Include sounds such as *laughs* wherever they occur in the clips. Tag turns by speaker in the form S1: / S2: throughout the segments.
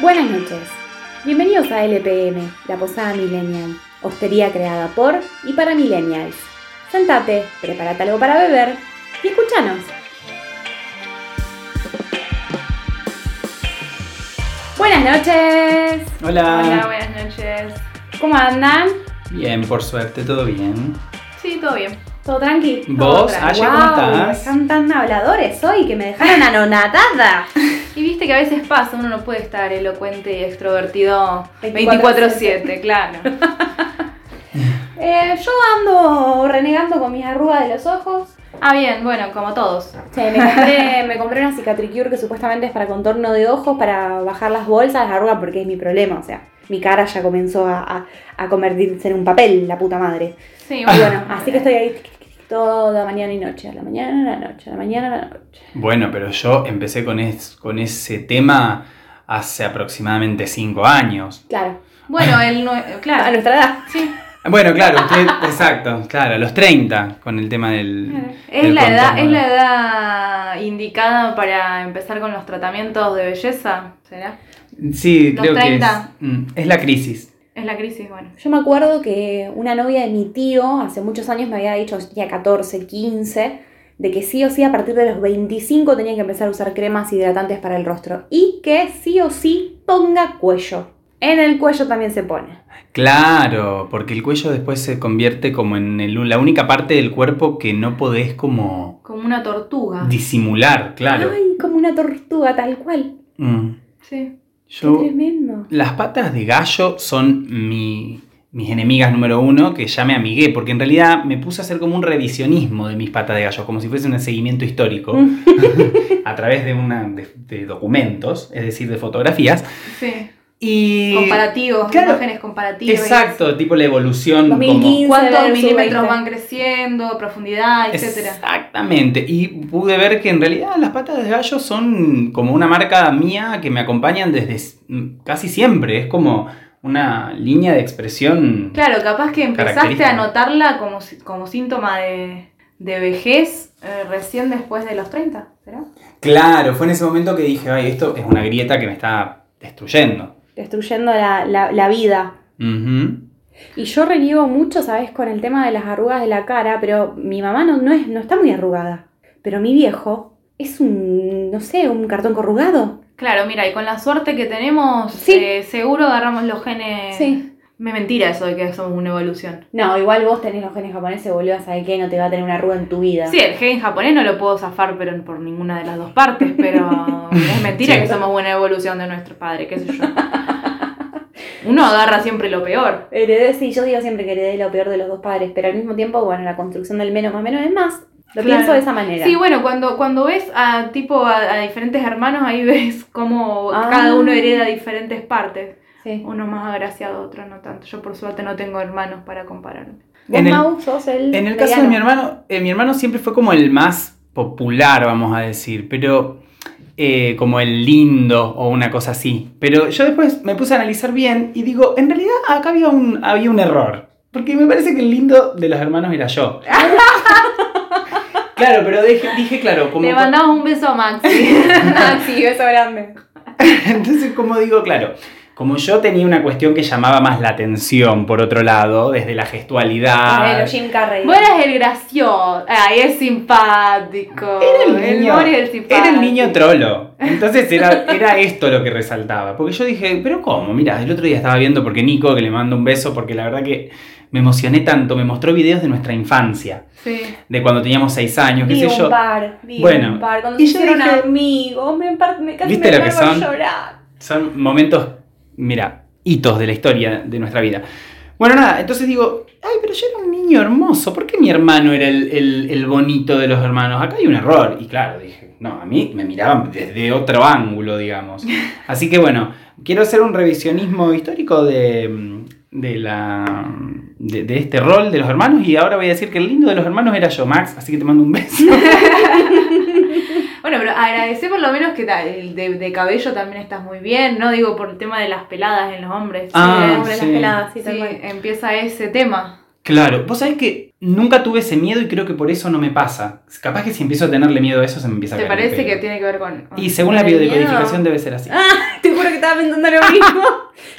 S1: Buenas noches. Bienvenidos a LPM, la Posada Millennial, hostería creada por y para millennials. Sentate, prepárate algo para beber y escúchanos. Buenas noches.
S2: Hola.
S3: Hola, buenas noches.
S1: ¿Cómo andan?
S2: Bien, por suerte, todo bien.
S3: Sí, todo bien.
S1: ¿Todo tranqui?
S2: ¿Vos,
S3: Otra.
S2: Aye,
S1: wow,
S2: cómo estás?
S1: Están tan habladores hoy que me
S2: *laughs*
S1: dejaron anonatada.
S3: Y viste que a veces pasa, uno no puede estar elocuente y extrovertido
S1: 24/7.
S3: 24/7, claro.
S1: Eh, yo ando renegando con mis arrugas de los ojos.
S3: Ah, bien, bueno, como todos.
S1: Sí, me compré, me compré una cicatricure que supuestamente es para contorno de ojos, para bajar las bolsas, las arrugas, porque es mi problema. O sea, mi cara ya comenzó a, a- a convertirse en un papel, la puta madre.
S3: Sí,
S1: Y bueno, así que estoy ahí tic, tic, tic, toda mañana y noche, a la mañana, a la noche, a la mañana, a la noche.
S2: Bueno, pero yo empecé con, es- con ese tema hace aproximadamente 5 años.
S1: Claro,
S3: Bueno, el nue-
S1: a
S3: claro.
S1: nuestra edad.
S3: Sí.
S2: Bueno, claro,
S3: *laughs*
S2: usted, exacto, claro, a los 30 con el tema del.
S3: Es
S2: del
S3: la edad, es
S2: contorno.
S3: la edad indicada para empezar con los tratamientos de belleza, ¿será?
S2: Sí,
S3: los
S2: creo que es.
S3: 30.
S2: mm, Es la crisis.
S3: Es la crisis, bueno.
S1: Yo me acuerdo que una novia de mi tío hace muchos años me había dicho, yo tenía 14, 15, de que sí o sí a partir de los 25 tenía que empezar a usar cremas hidratantes para el rostro y que sí o sí ponga cuello. En el cuello también se pone.
S2: Claro, porque el cuello después se convierte como en el- la única parte del cuerpo que no podés como
S3: Como una tortuga.
S2: disimular, claro.
S1: Ay, como una tortuga tal cual.
S2: Mm.
S3: Sí.
S2: Yo.
S1: Qué tremendo.
S2: Las patas de gallo son mi- mis enemigas número uno, que ya me amigué, porque en realidad me puse a hacer como un revisionismo de mis patas de gallo, como si fuese un seguimiento histórico, *laughs* a través de, una, de, de documentos, es decir, de fotografías.
S3: Sí.
S2: Y...
S3: Comparativos,
S2: claro.
S3: imágenes comparativas.
S2: Exacto, tipo la evolución. como-
S1: 2015
S3: ¿Cuántos
S1: versus
S3: milímetros
S1: 20.
S3: van creciendo, profundidad, etcétera?
S2: Exactamente, y pude ver que en realidad las patas de gallo son como una marca mía que me acompañan desde s- casi siempre, es como una línea de expresión
S3: Claro, capaz que empezaste
S2: Característica.
S3: a notarla como, si- como síntoma de, de vejez eh, recién después de los 30, ¿será?
S2: Claro, fue en ese momento que dije, ay, esto es una grieta que me está destruyendo.
S1: Destruyendo la, la- la vida.
S2: Ujú.
S1: Y yo reniego mucho, ¿sabes? Con el tema de las arrugas de la cara, pero mi mamá no, no, es, no está muy arrugada. Pero mi viejo es un, no sé, un cartón corrugado.
S3: Claro, mira, y con la suerte que tenemos,
S1: Sí.
S3: eh, seguro agarramos los genes.
S1: Sí.
S3: Me mentira eso de que somos una evolución.
S1: No, igual vos tenés los genes japoneses, boludo, ¿sabés qué? No te va a tener una arruga en tu vida.
S3: Sí, el gen japonés no lo puedo zafar pero por ninguna de las dos partes, *laughs* pero es mentira
S2: Sí.
S3: que somos una evolución de nuestro padre, qué sé yo. Uno agarra siempre lo peor.
S1: Heredé, sí, yo digo siempre que heredé lo peor de los dos padres, pero al mismo tiempo, bueno, la construcción del menos más menos es más. Lo
S3: Claro.
S1: pienso de esa manera.
S3: Sí, bueno, cuando, cuando ves a tipo a, a diferentes hermanos, ahí *laughs* ves cómo
S1: Ah.
S3: cada uno hereda diferentes partes.
S1: Sí.
S3: Uno más agraciado, otro no tanto. Yo por suerte no tengo hermanos para compararme.
S1: Vos,
S2: En el-
S1: Mau, sos el.
S2: En el caso de mi hermano, eh, mi hermano siempre fue como el más popular, vamos a decir, pero eh, como el lindo o una cosa así. Pero yo después me puse a analizar bien y digo, en realidad acá había un, había un error. Porque me parece que el lindo de los hermanos
S1: *laughs*
S2: era yo. claro, pero dije, dije, claro, como...
S3: Le mandamos un beso a Maxi.
S1: *laughs*
S3: *laughs*
S1: Ah, sí, beso grande.
S2: *laughs* Entonces, como digo, claro, como yo tenía una cuestión que llamaba más la atención, por otro lado, desde la
S1: Bueno,
S2: gestualidad.
S1: Jim Carrey.
S3: Vos eras el gracioso. Ay, es simpático.
S2: Era el ah, niño,
S3: Mori es simpático.
S2: era el niño *laughs* trolo. Entonces era, era esto lo que resaltaba. Porque yo dije, pero ¿cómo? Mira, el otro día estaba viendo porque Nico, que le mando un beso, porque la verdad que me emocioné tanto, me mostró videos de nuestra infancia,
S3: Sí.
S2: de cuando teníamos seis años, qué
S1: Vi
S2: sé
S1: un
S2: yo.
S1: par, vi
S2: Bueno,
S1: un par. Cuando
S2: y
S1: se
S2: yo
S1: hicieron
S2: dije-
S1: amigos, me, par- me casi
S2: ¿Viste
S1: me
S2: lo que
S1: largo a
S2: son? Ah,
S1: llorar.
S2: Son momentos, mira, hitos de la historia de nuestra vida. Bueno, nada, entonces digo, ay, pero yo era un niño hermoso, ¿por qué mi hermano era el, el- el bonito de los hermanos? Acá hay un error. Y claro, dije, no, a mí me miraban desde otro ángulo, digamos. Así que bueno, quiero hacer un revisionismo histórico de, de la, de, de este rol de los hermanos y ahora voy a decir que el lindo de los hermanos era yo, Max, así que te mando un beso.
S3: Bueno, pero agradecer por lo menos que ta- el de, de cabello también estás muy bien, ¿no? Digo, por el tema de las peladas en los hombres.
S2: Ah,
S3: Sí,
S1: Hombre, las
S2: sí.
S1: peladas, sí,
S3: sí,
S1: tal cual.
S3: empieza ese tema.
S2: Claro, vos sabés que nunca tuve ese miedo y creo que por eso no me pasa. Capaz que si empiezo a tenerle miedo a eso se me empieza a
S3: ¿Te
S2: caer el
S3: parece que
S2: pelo.
S3: tiene que ver con.?
S2: Y según
S3: con
S2: la
S3: el
S2: biodecodificación
S3: miedo?
S2: debe ser así.
S1: Te juro que estaba pensando lo
S2: *laughs*
S1: mismo.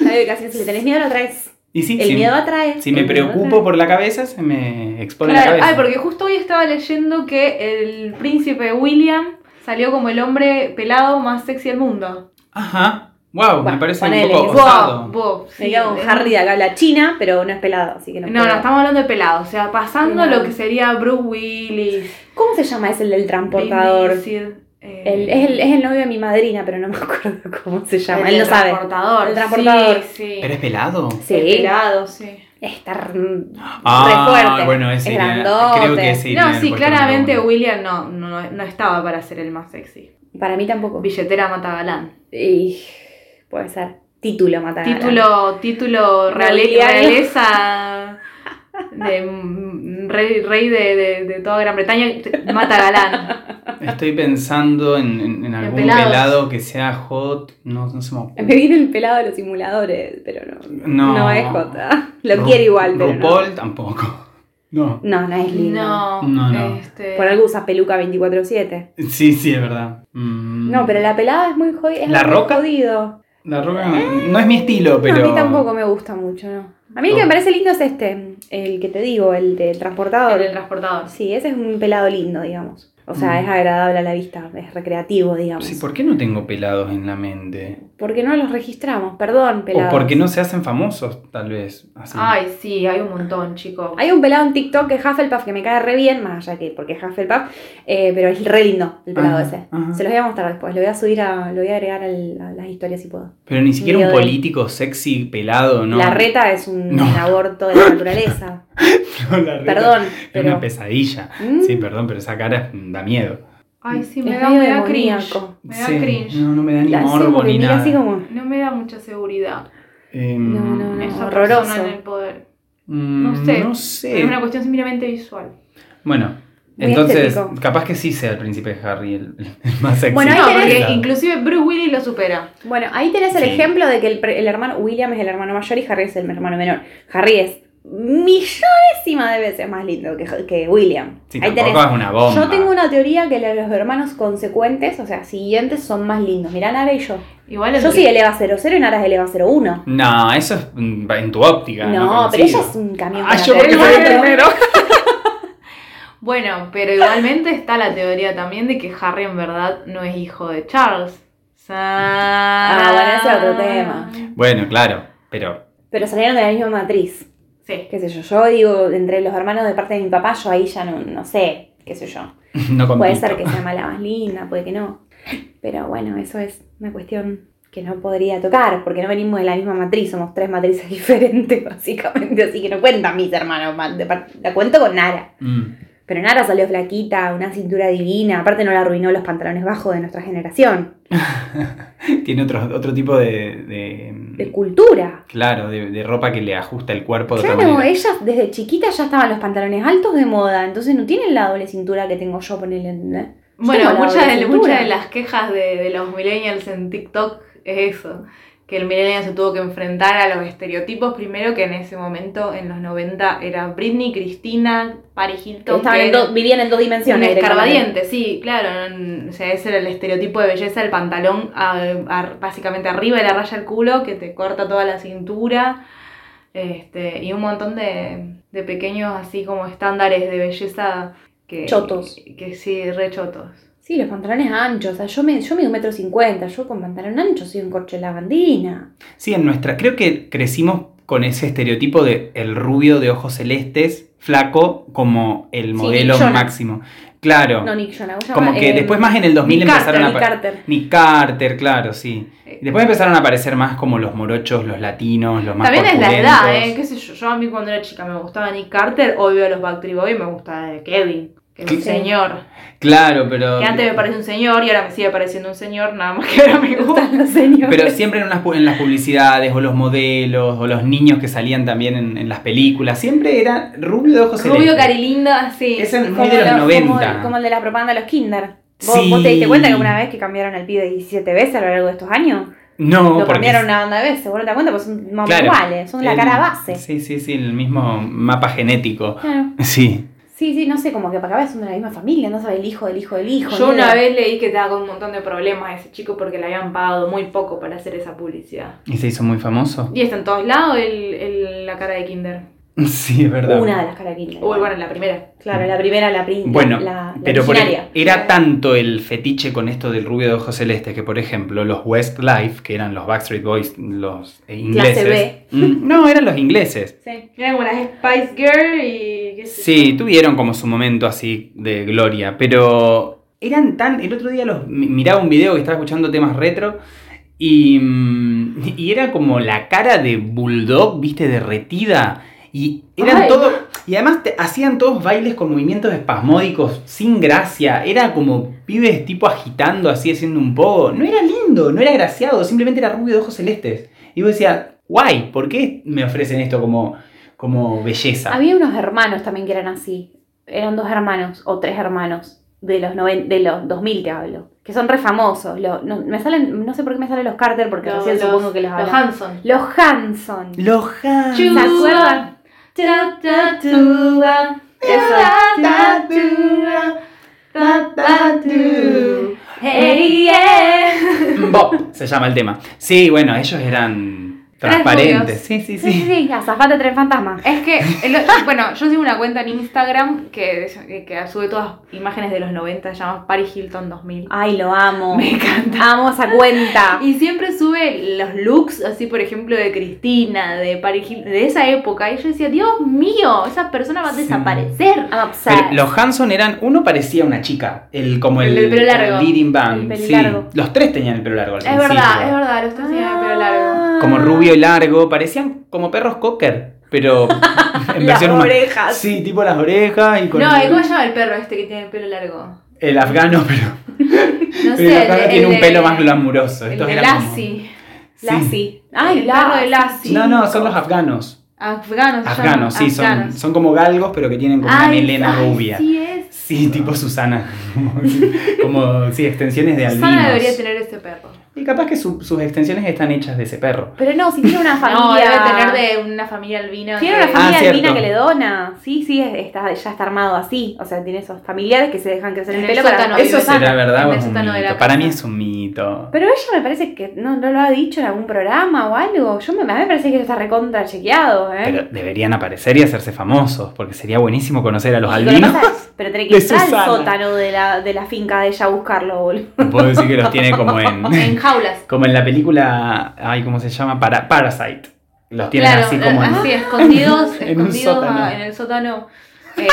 S1: La dedicación, si le tenés miedo, lo traes.
S2: Y sí,
S1: El
S2: si,
S1: miedo atrae.
S2: si me
S1: el miedo
S2: preocupo
S1: atrae.
S2: por la cabeza, se me expone la
S3: Claro,
S2: cabeza.
S3: ay, porque justo hoy estaba leyendo que el príncipe William salió como el hombre pelado más sexy del mundo.
S2: Ajá. Wow,
S1: Bueno,
S2: me parece
S1: ponele,
S2: un poco
S1: wow,
S2: osado.
S3: Wow,
S1: Me quedo con Harry pues. de acá habla china, pero no es pelado, así que no.
S3: No,
S1: puedo.
S3: no, estamos hablando de pelado. O sea, pasando
S1: No.
S3: lo que sería Bruce Willis.
S1: ¿Cómo se llama? Es el del
S3: Vin
S1: transportador.
S3: Diesel, eh,
S1: El- es, el, es el novio de mi madrina, pero no me *laughs* acuerdo cómo se llama.
S3: del
S1: Él lo sabe.
S3: Transportador.
S1: El transportador.
S3: Sí, sí.
S2: ¿Pero es pelado?
S1: Sí.
S3: El pelado, sí.
S1: Está r-
S2: Ah,
S1: re fuerte.
S2: bueno, ese
S1: es
S2: era-
S1: grandote.
S2: creo que sí.
S3: no,
S2: tiene
S3: sí,
S2: puesto
S3: claramente
S2: número uno.
S3: William no, no, no estaba para ser el más sexy.
S1: Para mí tampoco.
S3: Billetera mata galán.
S1: Y puede ser. Título matar.
S3: Título, título real-
S1: Nobiliario.
S3: realeza de mm, rey, rey de, de- de toda Gran Bretaña, mata galán.
S2: Estoy pensando en, en- en algún
S3: pelados.
S2: pelado que sea hot. No, no se me ocurre.
S1: Me viene el pelado de los simuladores, pero no.
S2: No.
S1: es Jota. Lo
S2: Ru-
S1: quiere igual, pero.
S2: RuPaul tampoco. *laughs* No.
S1: No. no, no es lindo.
S3: No,
S2: No, no.
S3: Este,
S1: Por algo usa peluca 24-7.
S2: Sí, sí, es verdad. Mm.
S1: No, pero la pelada es muy jodida.
S2: ¿La Roca?
S1: jodido.
S2: La roca no es mi estilo, pero.
S1: No, a mí tampoco me gusta mucho, ¿no? A mí el que
S2: No.
S1: me parece lindo es este, el que te digo, el del transportador.
S3: en el transportador.
S1: Sí, ese es un pelado lindo, digamos. O sea,
S2: Mm.
S1: es agradable a la vista, es recreativo, digamos.
S2: Sí, ¿por qué no tengo pelados en la mente?
S1: Porque no los registramos, perdón, pelado.
S2: O porque no se hacen famosos, tal vez. Así.
S3: Ay, sí, hay un montón, chicos.
S1: Hay un pelado en TikTok que es Hufflepuff que me cae re bien, más allá que porque es Hufflepuff, eh, pero es re lindo el pelado
S2: Ajá,
S1: ese.
S2: Ah, ajá.
S1: Se los voy a mostrar después, lo voy a subir a, lo voy a agregar al- a las historias si puedo.
S2: Pero ni siquiera un
S1: Medio de-
S2: político sexy, pelado, ¿no?
S1: La reta es un
S2: No.
S1: aborto de la naturaleza.
S2: *laughs* No, *laughs* la reta
S1: perdón,
S2: Es
S1: pero.
S2: una pesadilla.
S1: Mm.
S2: Sí, perdón, pero esa cara mm, da miedo.
S3: Ay, sí, me
S1: Es
S3: da,
S1: medio
S3: me da cringe.
S1: demoníaco.
S3: Me da
S2: Sí,
S3: cringe.
S2: No, no me da ni
S1: La- sí,
S2: morbo
S1: porque
S2: ni
S1: mira
S2: nada.
S1: así como-
S3: No me da mucha seguridad.
S2: Em,
S1: No, no, no.
S3: Esa
S1: horroroso.
S3: persona en el poder.
S2: mm,
S3: No sé.
S2: No
S3: Es
S2: sé.
S3: una cuestión simplemente visual.
S2: Bueno,
S1: Muy
S2: entonces,
S1: estético.
S2: capaz que sí sea el príncipe Harry el, el más sexy.
S1: Bueno, ahí
S3: No,
S1: tenés-
S3: porque inclusive Bruce Willis lo supera.
S1: Bueno, ahí tenés el
S2: Sí.
S1: ejemplo de que el, pre- el hermano William es el hermano mayor y Harry es el hermano menor. Harry es millonésima de veces más lindo que, que William.
S2: Sí,
S1: ahí
S2: tampoco es una bomba.
S1: Yo tengo una teoría que los hermanos consecuentes, o sea, siguientes, son más lindos. Mirá, Nara y yo.
S3: Igual
S1: Yo
S3: entre-
S1: soy eleva 00 y Nara es eleva 01.
S2: No, eso es mm, en tu óptica.
S1: No, pero ella
S2: Consigo.
S1: es un camión.
S2: Ah,
S1: para
S2: yo
S1: atrás.
S2: porque soy el primero.
S3: Bueno, pero igualmente está la teoría también de que Harry en verdad no es hijo de Charles. Ah,
S1: bueno, ese es otro tema.
S2: Bueno, claro, pero. *laughs*
S1: Pero salieron de la misma matriz.
S3: Sí.
S1: Qué sé yo, yo digo, entre los hermanos de parte de mi papá, yo ahí ya no, no sé, qué sé yo.
S2: No compito.
S1: Puede ser que sea mala más linda, puede que no. Pero bueno, eso es una cuestión que no podría tocar, porque no venimos de la misma matriz, somos tres matrices *laughs* diferentes, básicamente, así que no cuentan mis hermanos, ma- de par- la cuento con Nara.
S2: Mm.
S1: Pero Nara salió flaquita, una cintura divina, aparte no la arruinó los pantalones bajos de nuestra generación,
S2: Tiene otro, otro tipo de. de- mm,
S1: de cultura.
S2: claro, de, de ropa que le ajusta el cuerpo de otra
S1: Claro,
S2: manera.
S1: ellas desde chiquitas ya estaban los pantalones altos de moda, entonces no tienen la doble cintura que tengo yo, ponele. ¿entendés? Yo
S3: Bueno,
S1: tengo la
S3: muchas
S1: doble
S3: de,
S1: cintura.
S3: muchas de las quejas de, de los millennials en TikTok es eso. Que el millennial se tuvo que enfrentar a los estereotipos primero que en ese momento, en los 90, era Britney, Cristina, Paris Hilton.
S1: Estaban
S3: que
S1: en
S3: era-
S1: dos- vivían en dos
S3: Un
S1: dimensiones. directamente.
S3: escarbadiente, sí, claro. no- O sea, ese era el estereotipo de belleza, el pantalón a- a- básicamente arriba de la raya del culo, que te corta toda la cintura. Este, y un montón de, de pequeños así como estándares de belleza que.
S1: Chotos.
S3: Que, sí, re chotos.
S1: Sí, los pantalones anchos. O sea, yo, me, yo mido un metro cincuenta. Yo con pantalón ancho soy un corcho de lavandina.
S2: Sí, en nuestra. Creo que crecimos con ese estereotipo de el rubio de ojos celestes, flaco, como el
S1: Nick
S2: modelo
S1: Jonas.
S2: máximo. Claro.
S1: No, Nick Jonas. ¿cómo se
S2: como
S1: llama?
S2: que
S1: Eh,
S2: después más en el 2000
S1: Nick
S2: empezaron
S1: Carter, Nick
S2: a... apa- *laughs*
S1: Carter.
S2: Nick Carter, claro, sí.
S3: Eh,
S2: Después empezaron a aparecer más como los morochos, los latinos, los más
S3: También es la
S2: corpulentos.
S3: edad, ¿eh? ¿Qué sé yo? Yo a mí cuando era chica me gustaba Nick Carter, hoy veo a los Backstreet Boys y me gusta eh, Kevin, que es un
S1: Sí.
S3: señor.
S2: Claro, pero...
S3: Que antes me parecía un señor y ahora me sigue pareciendo un señor, nada más que ahora me
S1: Me
S3: gusta.
S1: gustan los señores.
S2: Pero siempre en, unas pu- en las publicidades, o los modelos, o los niños que salían también en, en las películas, siempre era rubio de ojos
S3: Rubio
S2: celestes.
S3: Carilinda, sí.
S2: Es el-
S1: Como
S2: muy de los
S1: lo-
S2: 90.
S1: Como, como el de la propaganda de los kinder. ¿Vos,
S2: Sí.
S1: vos te diste cuenta que una vez que cambiaron al pibe 17 veces a lo largo de estos años?
S2: No,
S1: Lo
S2: porque-
S1: cambiaron una banda de veces, vos no te das cuenta, porque son más
S2: Claro.
S1: iguales, son la
S2: El-
S1: cara base.
S2: Sí, sí, sí, el mismo mapa genético.
S1: Claro.
S2: Sí.
S1: Sí, sí, no sé, como que para acá son de la misma familia, no sabe el hijo del hijo del hijo.
S3: Yo
S1: ni
S3: una
S1: idea.
S3: vez leí que estaba con un montón de problemas a ese chico porque le habían pagado muy poco para hacer esa publicidad.
S2: Y se hizo muy famoso. *laughs*
S3: Y está en todos lados el, el- la cara de Kinder.
S2: Sí, es verdad.
S1: Una de las caraquinas.
S3: Uy, bueno, la primera.
S1: Claro, la primera, la prim-
S2: Bueno,
S1: la, la
S2: pero por
S1: originaria.
S2: era tanto el fetiche con esto del rubio de ojos celestes que, por ejemplo, los Westlife, que eran los Backstreet Boys, los eh, ingleses.
S1: B.
S2: Mm, No, eran los ingleses.
S1: Sí.
S3: Era como las Spice Girl y. qué sé
S2: Sí,
S3: yo.
S2: tuvieron como su momento así de gloria, pero eran tan... El otro día los mi- miraba un video que estaba escuchando temas retro y, mm, y era como la cara de bulldog, viste, derretida. Y eran
S3: Ay.
S2: todo... Y además te- hacían todos bailes con movimientos espasmódicos, sin gracia. Era como pibes tipo agitando, así haciendo un poco. No era lindo, no era graciado, simplemente era rubio de ojos celestes. Y vos decías, guay, ¿por qué me ofrecen esto como, como belleza?
S1: Había unos hermanos también que eran así. Eran dos hermanos o tres hermanos de los, noven- de los 2000 te hablo. Que son re famosos. Lo- no, me salen, no sé por qué me salen los Carter porque
S3: Los-
S1: recién supongo que los
S3: Los
S1: hablan.
S3: Hanson.
S1: Los Hanson.
S2: Los Hans.
S1: ¿Se acuerdan?
S3: Ta, ta, tuba. Eso. Hey, yeah.
S2: Bob se llama el tema. Sí, bueno, ellos eran
S3: Tres
S2: transparentes. Sí,
S1: Sí,
S2: sí,
S1: sí,
S2: sí.
S1: sí, azafata tren fantasma.
S3: Es que, el- bueno, yo sigo una cuenta en Instagram que, que sube todas imágenes de los 90, se llama Paris Hilton 2000.
S1: Ay, lo amo.
S3: *laughs* Me encanta.
S1: Amo esa
S2: Ah.
S1: cuenta.
S3: Y siempre sube los looks, así por ejemplo de Cristina, de Paris Hilton, de esa época. Y yo decía, Dios mío, esa persona va a
S2: Sí.
S3: desaparecer.
S1: I'm obsessed.
S2: Pero los Hanson eran, uno parecía una chica, el como el,
S3: El del pelo largo.
S2: el leading band.
S1: El pelo
S2: sí.
S1: largo.
S2: Los tres tenían el pelo largo. al
S3: Es
S2: principio.
S3: verdad, es verdad, los tres tienen el pelo largo.
S1: Ah.
S2: Como rubio y largo, parecían como perros cocker,
S3: *laughs*
S2: pero en
S1: Las
S2: versión huma-
S1: orejas.
S2: Sí, tipo las orejas y con
S3: No, ¿y
S2: el,
S3: ¿cómo se llama el perro este que tiene el pelo largo?
S2: el afgano, pero, pero
S3: No sé.
S2: el afgano
S3: de-
S2: tiene
S3: el
S2: un pelo
S3: de-
S2: más glamuroso.
S3: El
S2: Estos
S3: de
S2: eran como-
S3: Lassie.
S2: Sí.
S1: Lassie. Ay,
S3: el perro de
S1: Lassie.
S3: Lassie.
S2: No, no, son los afganos.
S3: Afganos. se llaman,
S2: Afganos, sí, son,
S3: afganos.
S2: son como galgos, pero que tienen como una
S3: Ay,
S2: melena
S3: ay,
S2: rubia. Sí,
S3: Sí, es.
S2: tipo Susana. como, sí, extensiones de albinos.
S3: Sana debería tener ese perro.
S2: Y capaz que su- sus extensiones están hechas de ese perro.
S1: Pero no, si tiene una familia.
S3: *laughs* No, debe tener de una familia albina.
S1: Tiene
S3: que-
S1: una familia
S2: Ah,
S1: albina
S2: cierto.
S1: que le dona. Sí, sí, es- está, ya está armado así. O sea, tiene esos familiares que se dejan crecer el
S3: En el
S1: pelo para
S3: sótano. No,
S2: ¿Eso
S3: y Susana,
S2: será verdad o
S3: en el
S2: es un
S3: sótano de la
S2: mito? Para
S3: casa.
S2: mí es un mito.
S1: Pero ella me parece que no, no lo ha dicho en algún programa o algo. Yo me, a mí me parece que está recontra chequeado, ¿eh?
S2: Pero deberían aparecer y hacerse famosos, porque sería buenísimo conocer a los
S1: Y lo que
S2: albinos.
S1: pasa es- pero tiene que
S2: de
S1: entrar al
S2: Susana.
S1: sótano de la, de la finca de ella a buscarlo, boludo.
S2: *laughs* Puedo decir que los tiene como
S3: *laughs* En
S2: en.
S3: jaulas.
S2: *laughs* como en la película. Ay, ¿cómo se llama? Para, Parasite. Los tienen
S3: claro,
S2: así como en. *laughs*
S3: así, escondidos,
S2: en un
S3: escondidos
S2: sótano.
S3: a- en el sótano.
S2: *laughs*
S3: eh,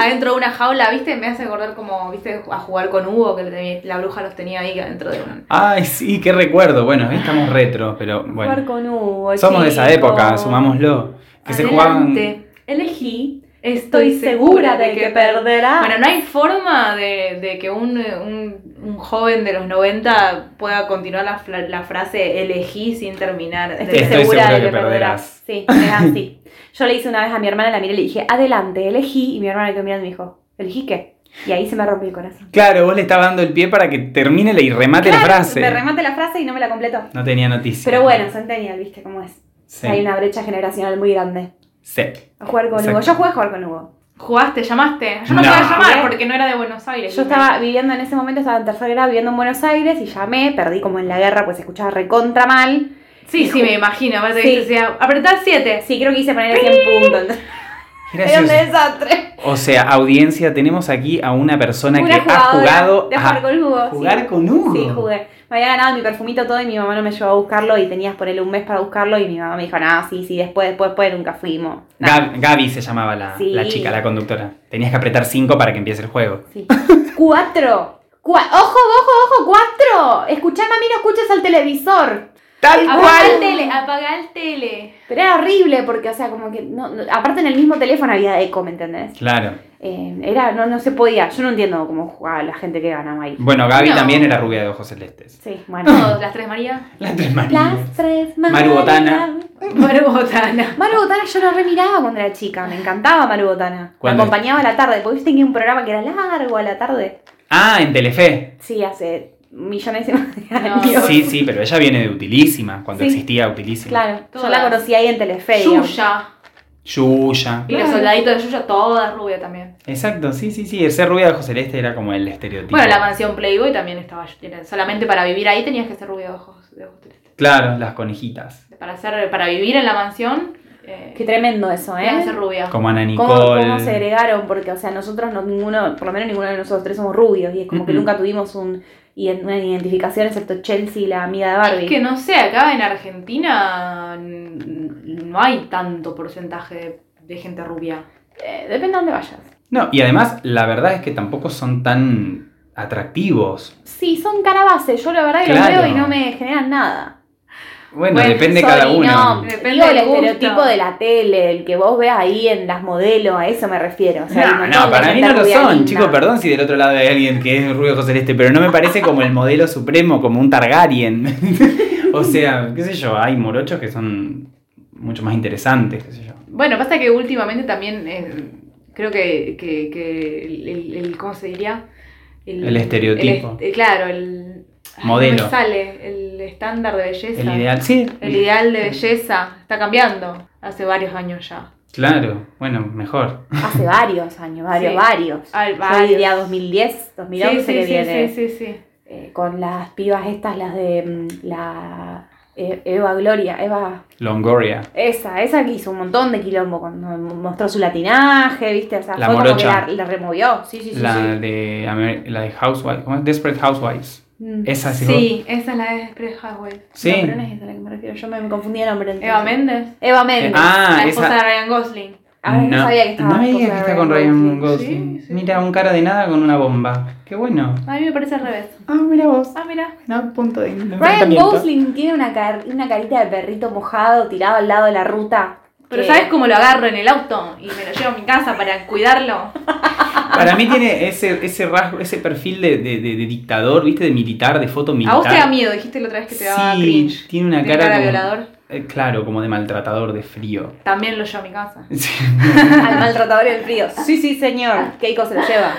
S3: adentro de una jaula, ¿viste? Me hace acordar como, ¿viste? A jugar con Hugo, que le tenía- la bruja los tenía ahí adentro de un...
S2: Ay, sí, qué recuerdo. Bueno, estamos retro, pero bueno.
S1: Jugar con Hugo.
S2: Somos de esa
S1: chicos.
S2: época, sumámoslo. Que se jugaban.
S3: Adelante,
S1: Elegí, estoy segura de que perderá.
S3: Bueno, no hay forma de, de que un, un- un joven de los 90 pueda continuar la, fla- la frase elegí sin terminar.
S1: Estoy,
S2: Estoy
S1: segura,
S2: segura
S1: de que
S2: que
S1: perderás. Sí, era así. Yo le hice una vez a mi hermana, la miré y le dije, adelante, elegí. Y mi hermana que mirando y me dijo, ¿elegí qué? Y ahí se me rompió el corazón.
S2: Claro, vos le estabas dando el pie para que termine la- y remate la frase.
S1: Me remate la frase y no me la completó.
S2: No tenía noticia.
S1: Pero bueno, Centennial, viste cómo es.
S2: Sí.
S1: Hay una brecha generacional muy grande.
S2: Sí.
S1: A jugar con
S2: Exacto.
S1: Hugo. Yo jugué a jugar con Hugo.
S3: ¿Jugaste? ¿Llamaste? Yo no,
S2: No.
S3: podía llamar porque no era de Buenos Aires.
S1: ¿Eh? Yo estaba viviendo en ese momento, estaba en tercer grado viviendo en Buenos Aires y llamé, perdí como en la guerra, pues escuchaba recontra mal.
S3: Sí, sí, me imagino. Aparte
S1: Sí.
S3: que decía, apretar 7.
S1: Sí, creo que hice poner 100 puntos. Era un
S2: Gracioso.
S1: desastre.
S2: O sea, audiencia, tenemos aquí a una persona que
S1: Una
S2: ha jugado
S1: de
S2: a
S1: jugar con Hugo. sí.
S2: jugar con Hugo.
S1: Sí, jugué. Me había ganado mi perfumito todo y mi mamá no me llevó a buscarlo y tenías ponerle un mes para buscarlo y mi mamá me dijo, no, sí, sí, después, después, después, nunca fuimos. Nah,
S2: Gab- Gaby se llamaba la,
S1: Sí.
S2: la chica, la conductora. Tenías que apretar 5 para que empiece el juego. *laughs*
S1: sí. Cuatro. Cua- ojo, ojo, ojo, cuatro. Escuchá, mí no escuches al televisor.
S2: ¡Tal
S1: Ah.
S3: Apaga
S1: ¿Cuál?
S3: el tele, apaga el tele.
S1: Pero era horrible porque, o sea, como que, no, no- aparte en el mismo teléfono había eco, ¿me entendés?
S2: Claro.
S1: Eh, era, no, no se podía. Yo no entiendo cómo jugaba la gente que ganaba ahí.
S2: Bueno, Gaby
S3: No.
S2: también era rubia de ojos celestes.
S1: Sí, bueno.
S2: *laughs*
S3: Todos, las tres María.
S1: *laughs*
S2: Las tres Marías.
S1: Las tres
S2: Maru Botana.
S3: Bueno, botana.
S1: Maru Botana yo la remiraba cuando era chica, me encantaba Maru Botana. Me
S2: ¿Cuándo?
S1: acompañaba a la tarde, porque viste que tenía un programa que era largo a la tarde.
S2: Ah, en Telefe.
S1: Sí, hace millonísimas de
S3: No.
S1: años.
S2: Sí, sí, pero ella viene de Utilísima, cuando
S1: Sí.
S2: existía Utilísima.
S1: Claro, yo
S3: Todas.
S1: la conocí ahí en Telefe. digamos.
S3: Yuya.
S2: Yuya.
S3: Y los soldaditos de Yuya, todas rubias también.
S2: Exacto, sí, sí, sí. El ser rubia de ojos celeste era como el estereotipo.
S3: Bueno, la mansión Playboy también estaba. era- Solamente para vivir ahí tenías que ser rubia de ojos. de ojos celestes.
S2: Claro, las conejitas.
S3: Para, ser, para vivir en la mansión, eh,
S1: Qué tremendo eso,
S3: tenías que
S1: ¿eh?
S3: ser rubia.
S2: Como Ana Nicole.
S1: ¿Cómo, cómo se agregaron? Porque, o sea, nosotros no, ninguno, por lo menos ninguno de nosotros tres somos rubios y es como que
S2: Mm-mm.
S1: nunca tuvimos un, y- una identificación excepto Chelsea, la amiga de Barbie.
S3: Es que no sé, acá en Argentina mm, no hay tanto porcentaje de, de gente rubia.
S1: Eh, depende de dónde vayas.
S2: No, y además, la verdad es que tampoco son tan atractivos.
S1: Sí, son carabases. Yo la verdad que
S2: Claro.
S1: los veo y no me generan nada.
S2: Bueno,
S3: Bueno,
S2: depende
S1: Sorry,
S2: cada uno.
S1: No,
S3: Depende
S1: digo el
S3: del gusto.
S1: estereotipo de la tele, el que vos veas ahí en las modelos, a eso me refiero. O sea, hay un
S2: No,
S1: montón
S2: no,
S1: de
S2: para mí
S1: gente
S2: no lo
S1: rubia
S2: son,
S1: linda.
S2: chicos, perdón si del otro lado hay alguien que es rubio José Celeste, pero no me parece como el modelo supremo, como un Targaryen. *laughs* o sea, qué sé yo, hay morochos que son mucho más interesantes, qué sé yo.
S3: Bueno, pasa que últimamente también eh, creo que, que- que el, el- el- ¿Cómo se diría?
S2: El estereotipo.
S3: el est- claro, el. ay, no
S2: Modelo.
S3: me sale el estándar de belleza.
S2: El ideal, sí.
S3: El ideal de belleza está cambiando hace varios años ya.
S2: Claro, bueno, mejor.
S1: Hace varios años, varios,
S3: Sí.
S1: varios.
S3: Ay,
S1: Yo
S3: varios.
S1: diría 2010, 2011
S3: sí, sí,
S1: que
S3: sí,
S1: viene.
S3: sí, sí, sí.
S1: eh, con las pibas estas, las de mm, la eh, Eva Gloria, Eva,
S2: Longoria.
S1: esa, esa que hizo un montón de quilombo cuando mostró su latinaje, viste, o sea,
S2: La
S1: fue como que
S2: morocha.
S1: la, la removió, sí, sí, sí,
S2: la,
S1: sí.
S2: De Amer- la de Housewives, ¿cómo es? Desperate Housewives.
S1: Mm.
S2: Esa sí.
S3: Sí, esa es la de Express Highway.
S2: Sí.
S1: No, pero no es esa a la que me refiero, yo me, me confundí el nombre. entonces.
S3: Eva Méndez.
S1: Eva Méndez.
S2: Eh, ah,
S3: la esposa
S2: esa-
S3: de Ryan Gosling.
S1: Ahora Ah, no, sabía que estaba
S2: no me digas
S1: esposa
S2: que
S1: de
S2: está con
S1: Ryan
S2: Ryan
S3: Gosling.
S2: Gosling.
S3: Sí, sí.
S2: Mira, un cara de nada con una bomba. Qué bueno.
S3: A mí me parece al revés.
S2: Ah, mira vos.
S3: Ah, mira.
S2: No, punto de
S1: Ryan
S2: enfrentamiento.
S1: Gosling tiene una, car- una carita de perrito mojado tirado al lado de la ruta.
S3: Pero
S1: que-
S3: ¿sabes cómo lo agarro en el auto y me lo llevo a mi casa para cuidarlo?
S2: Para mí tiene ese, ese rasgo, ese perfil de, de- de- de dictador, ¿viste? De militar, de foto militar.
S3: A vos te da miedo, dijiste la otra vez que te daba
S2: Sí,
S3: cringe.
S2: tiene una
S3: Tiene
S2: cara
S3: cara
S2: como-
S3: violador.
S2: Eh, claro, como de maltratador, de frío. *laughs*
S3: También lo llevo a mi casa.
S2: Sí.
S1: al maltratador del frío. Sí, sí, señor. Keiko se lo lleva.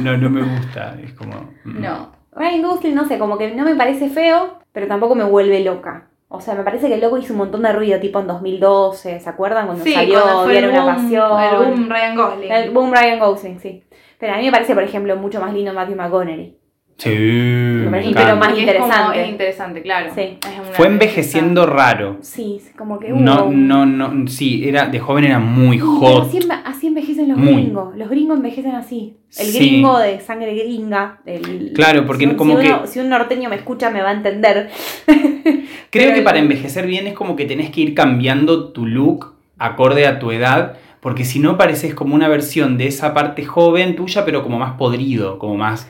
S2: No, no me gusta. Es como. mm.
S3: No.
S1: Ryan Gosling, no sé, como que no me parece feo, pero tampoco me vuelve loca. O sea, me parece que el loco hizo un montón de ruido, tipo en 2012, ¿se acuerdan? Cuando salió,
S3: el
S1: dieron una
S3: boom-
S1: pasión.
S3: El boom Ryan Gosling.
S1: El boom Ryan Gosling, sí. Pero a mí me parece, por ejemplo, mucho más lindo Matthew McConaughey.
S2: Sí, me
S1: Y
S2: encanta.
S1: pero más
S3: es como-
S1: interesante.
S3: Es, interesante, claro.
S1: Sí.
S3: Es una
S2: Fue envejeciendo raro.
S1: Sí, sí, como que hubo
S2: No,
S1: un-
S2: no, no. Sí, era, de joven era muy
S1: Sí, pero
S2: hot.
S1: Así, enve- así envejecen los
S2: Muy.
S1: gringos. Los gringos envejecen así. El
S2: Sí.
S1: gringo de sangre gringa. el-
S2: Claro, porque
S1: si un-
S2: como
S1: si
S2: que-
S1: uno- si un norteño me escucha, me va a entender.
S2: Creo
S1: Pero
S2: que
S1: el-
S2: para envejecer bien es como que tenés que ir cambiando tu look acorde a tu edad, porque si no pareces como una versión de esa parte joven tuya, pero como más podrido,
S1: *laughs*
S2: como más.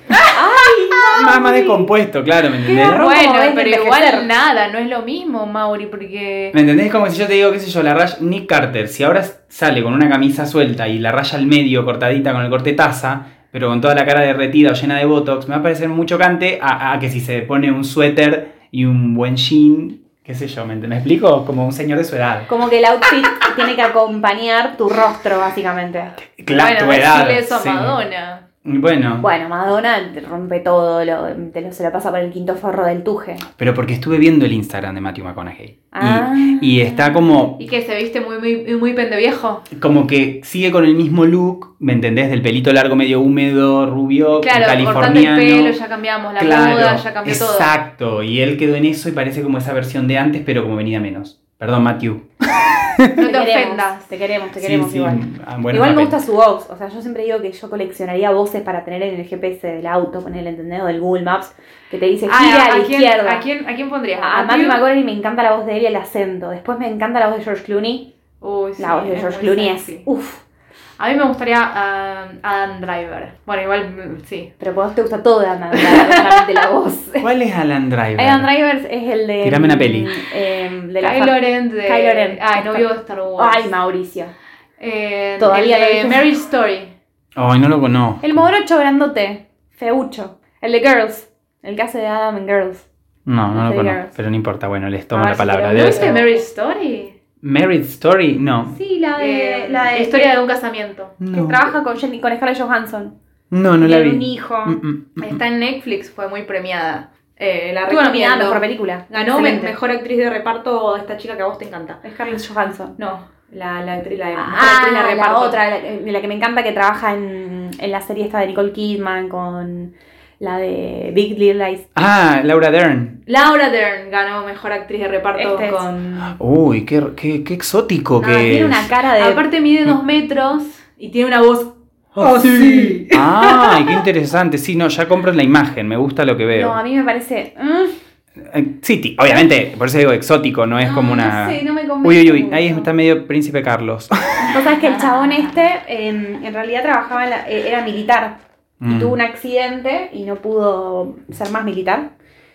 S2: Más, más descompuesto, claro, ¿me entendés?
S1: horror. Como
S3: Bueno,
S1: ves,
S3: pero
S1: envejecer.
S3: igual nada, no es lo mismo, Mauri, porque.
S2: ¿Me entendés? Como si yo te digo, qué sé yo, la raya. Nick Carter, si ahora sale con una camisa suelta y la raya al medio cortadita con el corte taza, pero con toda la cara derretida o llena de botox, me va a parecer muy chocante a, a que si se pone un suéter y un buen jean, qué sé yo, ¿me, ent- ¿me explico? Como un señor de su edad.
S1: Como que el
S2: *laughs*
S1: outfit tiene que acompañar tu rostro, básicamente.
S2: Claro,
S3: bueno,
S2: tu edad.
S3: decirle eso a
S2: sí.
S3: Madonna.
S2: Bueno,
S1: Bueno, Madonna te rompe todo, lo- te lo, se lo pasa por el quinto forro del tuje.
S2: pero porque estuve viendo el Instagram de Matthew McConaughey. Y-
S1: Ah.
S2: Y, está como,
S3: Y que se viste muy, muy, muy pendeviejo.
S2: como que sigue con el mismo look, ¿me entendés? Del pelito largo, medio húmedo, rubio,
S3: Claro, cortando el
S2: californiano.
S3: pelo, ya cambiamos la
S2: Claro,
S3: moda, ya cambió todo.
S2: exacto. Y él quedó en eso y parece como esa versión de antes, pero como venida menos. Perdón, Matthew.
S3: No te
S1: queremos,
S3: ofendas.
S1: Te queremos, te
S2: Sí,
S1: queremos
S2: sí,
S1: igual.
S2: ah, bueno,
S1: Igual me
S2: papel.
S1: gusta su voz, o sea, yo siempre digo que yo coleccionaría voces para tener en el GPS del auto, con el entendido del Google Maps, que te dice gira
S3: Ah,
S1: a, la
S3: quién,
S1: izquierda.
S3: ¿A quién, a quién pondrías?
S1: A Matthew McConaughey me encanta la voz de él y el acento. Después me encanta la voz de George Clooney.
S3: Uy, sí,
S1: la voz de
S3: es
S1: George
S3: muy
S1: Clooney
S3: sexy.
S1: es. Uff.
S3: A mí me gustaría um, Adam Driver. Bueno, igual mm, sí.
S1: Pero vos te gusta toda la, la- solamente la
S3: *laughs*
S1: voz. *laughs*
S2: ¿Cuál es Alan Driver?
S1: Adam Driver es el de.
S2: Tirame una peli.
S1: eh, de la
S3: Kylo Ren de...
S1: Kylo Ren.
S3: Ay, no
S1: Está-
S3: vio Star Wars.
S1: Ay, Mauricio.
S3: Eh,
S1: Todavía no
S3: el de
S1: lo vi.
S3: Marriage Story.
S2: Ay, no lo conozco.
S1: El morocho grandote. Feucho. El de Girls. El caso de Adam and Girls.
S2: No, no lo
S1: Este
S2: conozco.
S1: Girls.
S2: Pero no importa, bueno, les
S1: A
S2: tomo
S1: ver
S2: la
S1: si
S2: palabra.
S1: queremos-
S2: Debe
S3: ¿No
S2: ser.
S3: viste Marriage Story?
S2: Married Story, no.
S1: Sí, la Em,
S3: Eh, historia de un casamiento.
S1: Que
S2: No.
S1: trabaja con, Jenny- con Scarlett Johansson.
S2: No, no la
S3: Tiene un
S2: vi.
S3: hijo.
S2: Mm, mm, mm,
S3: Está en Netflix, fue muy premiada. Eh, la
S1: Estuvo nominada a
S3: recomiendo.
S1: mejor película.
S3: Ganó me-
S1: Excelente.
S3: mejor actriz de reparto esta chica que a vos te encanta.
S1: Scarlett Johansson.
S3: No, la, la actriz, la, de- mejor
S1: Ah,
S3: actriz de
S1: la,
S3: reparto.
S1: otra, la, la que me encanta que trabaja en, en la serie esta de Nicole Kidman con la de Big Little Lies.
S2: Ah, Laura Dern.
S3: Laura Dern ganó mejor actriz de reparto
S1: Este es.
S3: con.
S2: Uy, qué, qué, qué exótico
S1: Ah,
S2: Ah, que es.
S1: tiene una cara de...
S3: Aparte mide dos metros y tiene una voz.
S2: ¡Oh,
S3: sí!
S2: Ay, qué interesante. Sí, no, ya compro la imagen, me gusta lo que veo.
S1: no, a mí me parece... mm,
S2: Eh, Sí, ti- obviamente, por eso digo exótico, no es
S1: Ah,
S3: No,
S2: como
S3: no
S2: una.
S3: sé, no me convence
S2: uy, uy, uy,
S3: mucho.
S2: ahí está medio príncipe Carlos.
S1: Vos sabés que el chabón este eh, en realidad trabajaba, en la- eh, era militar. Y
S2: Mm.
S1: tuvo un accidente y no pudo ser más militar.
S2: Mm.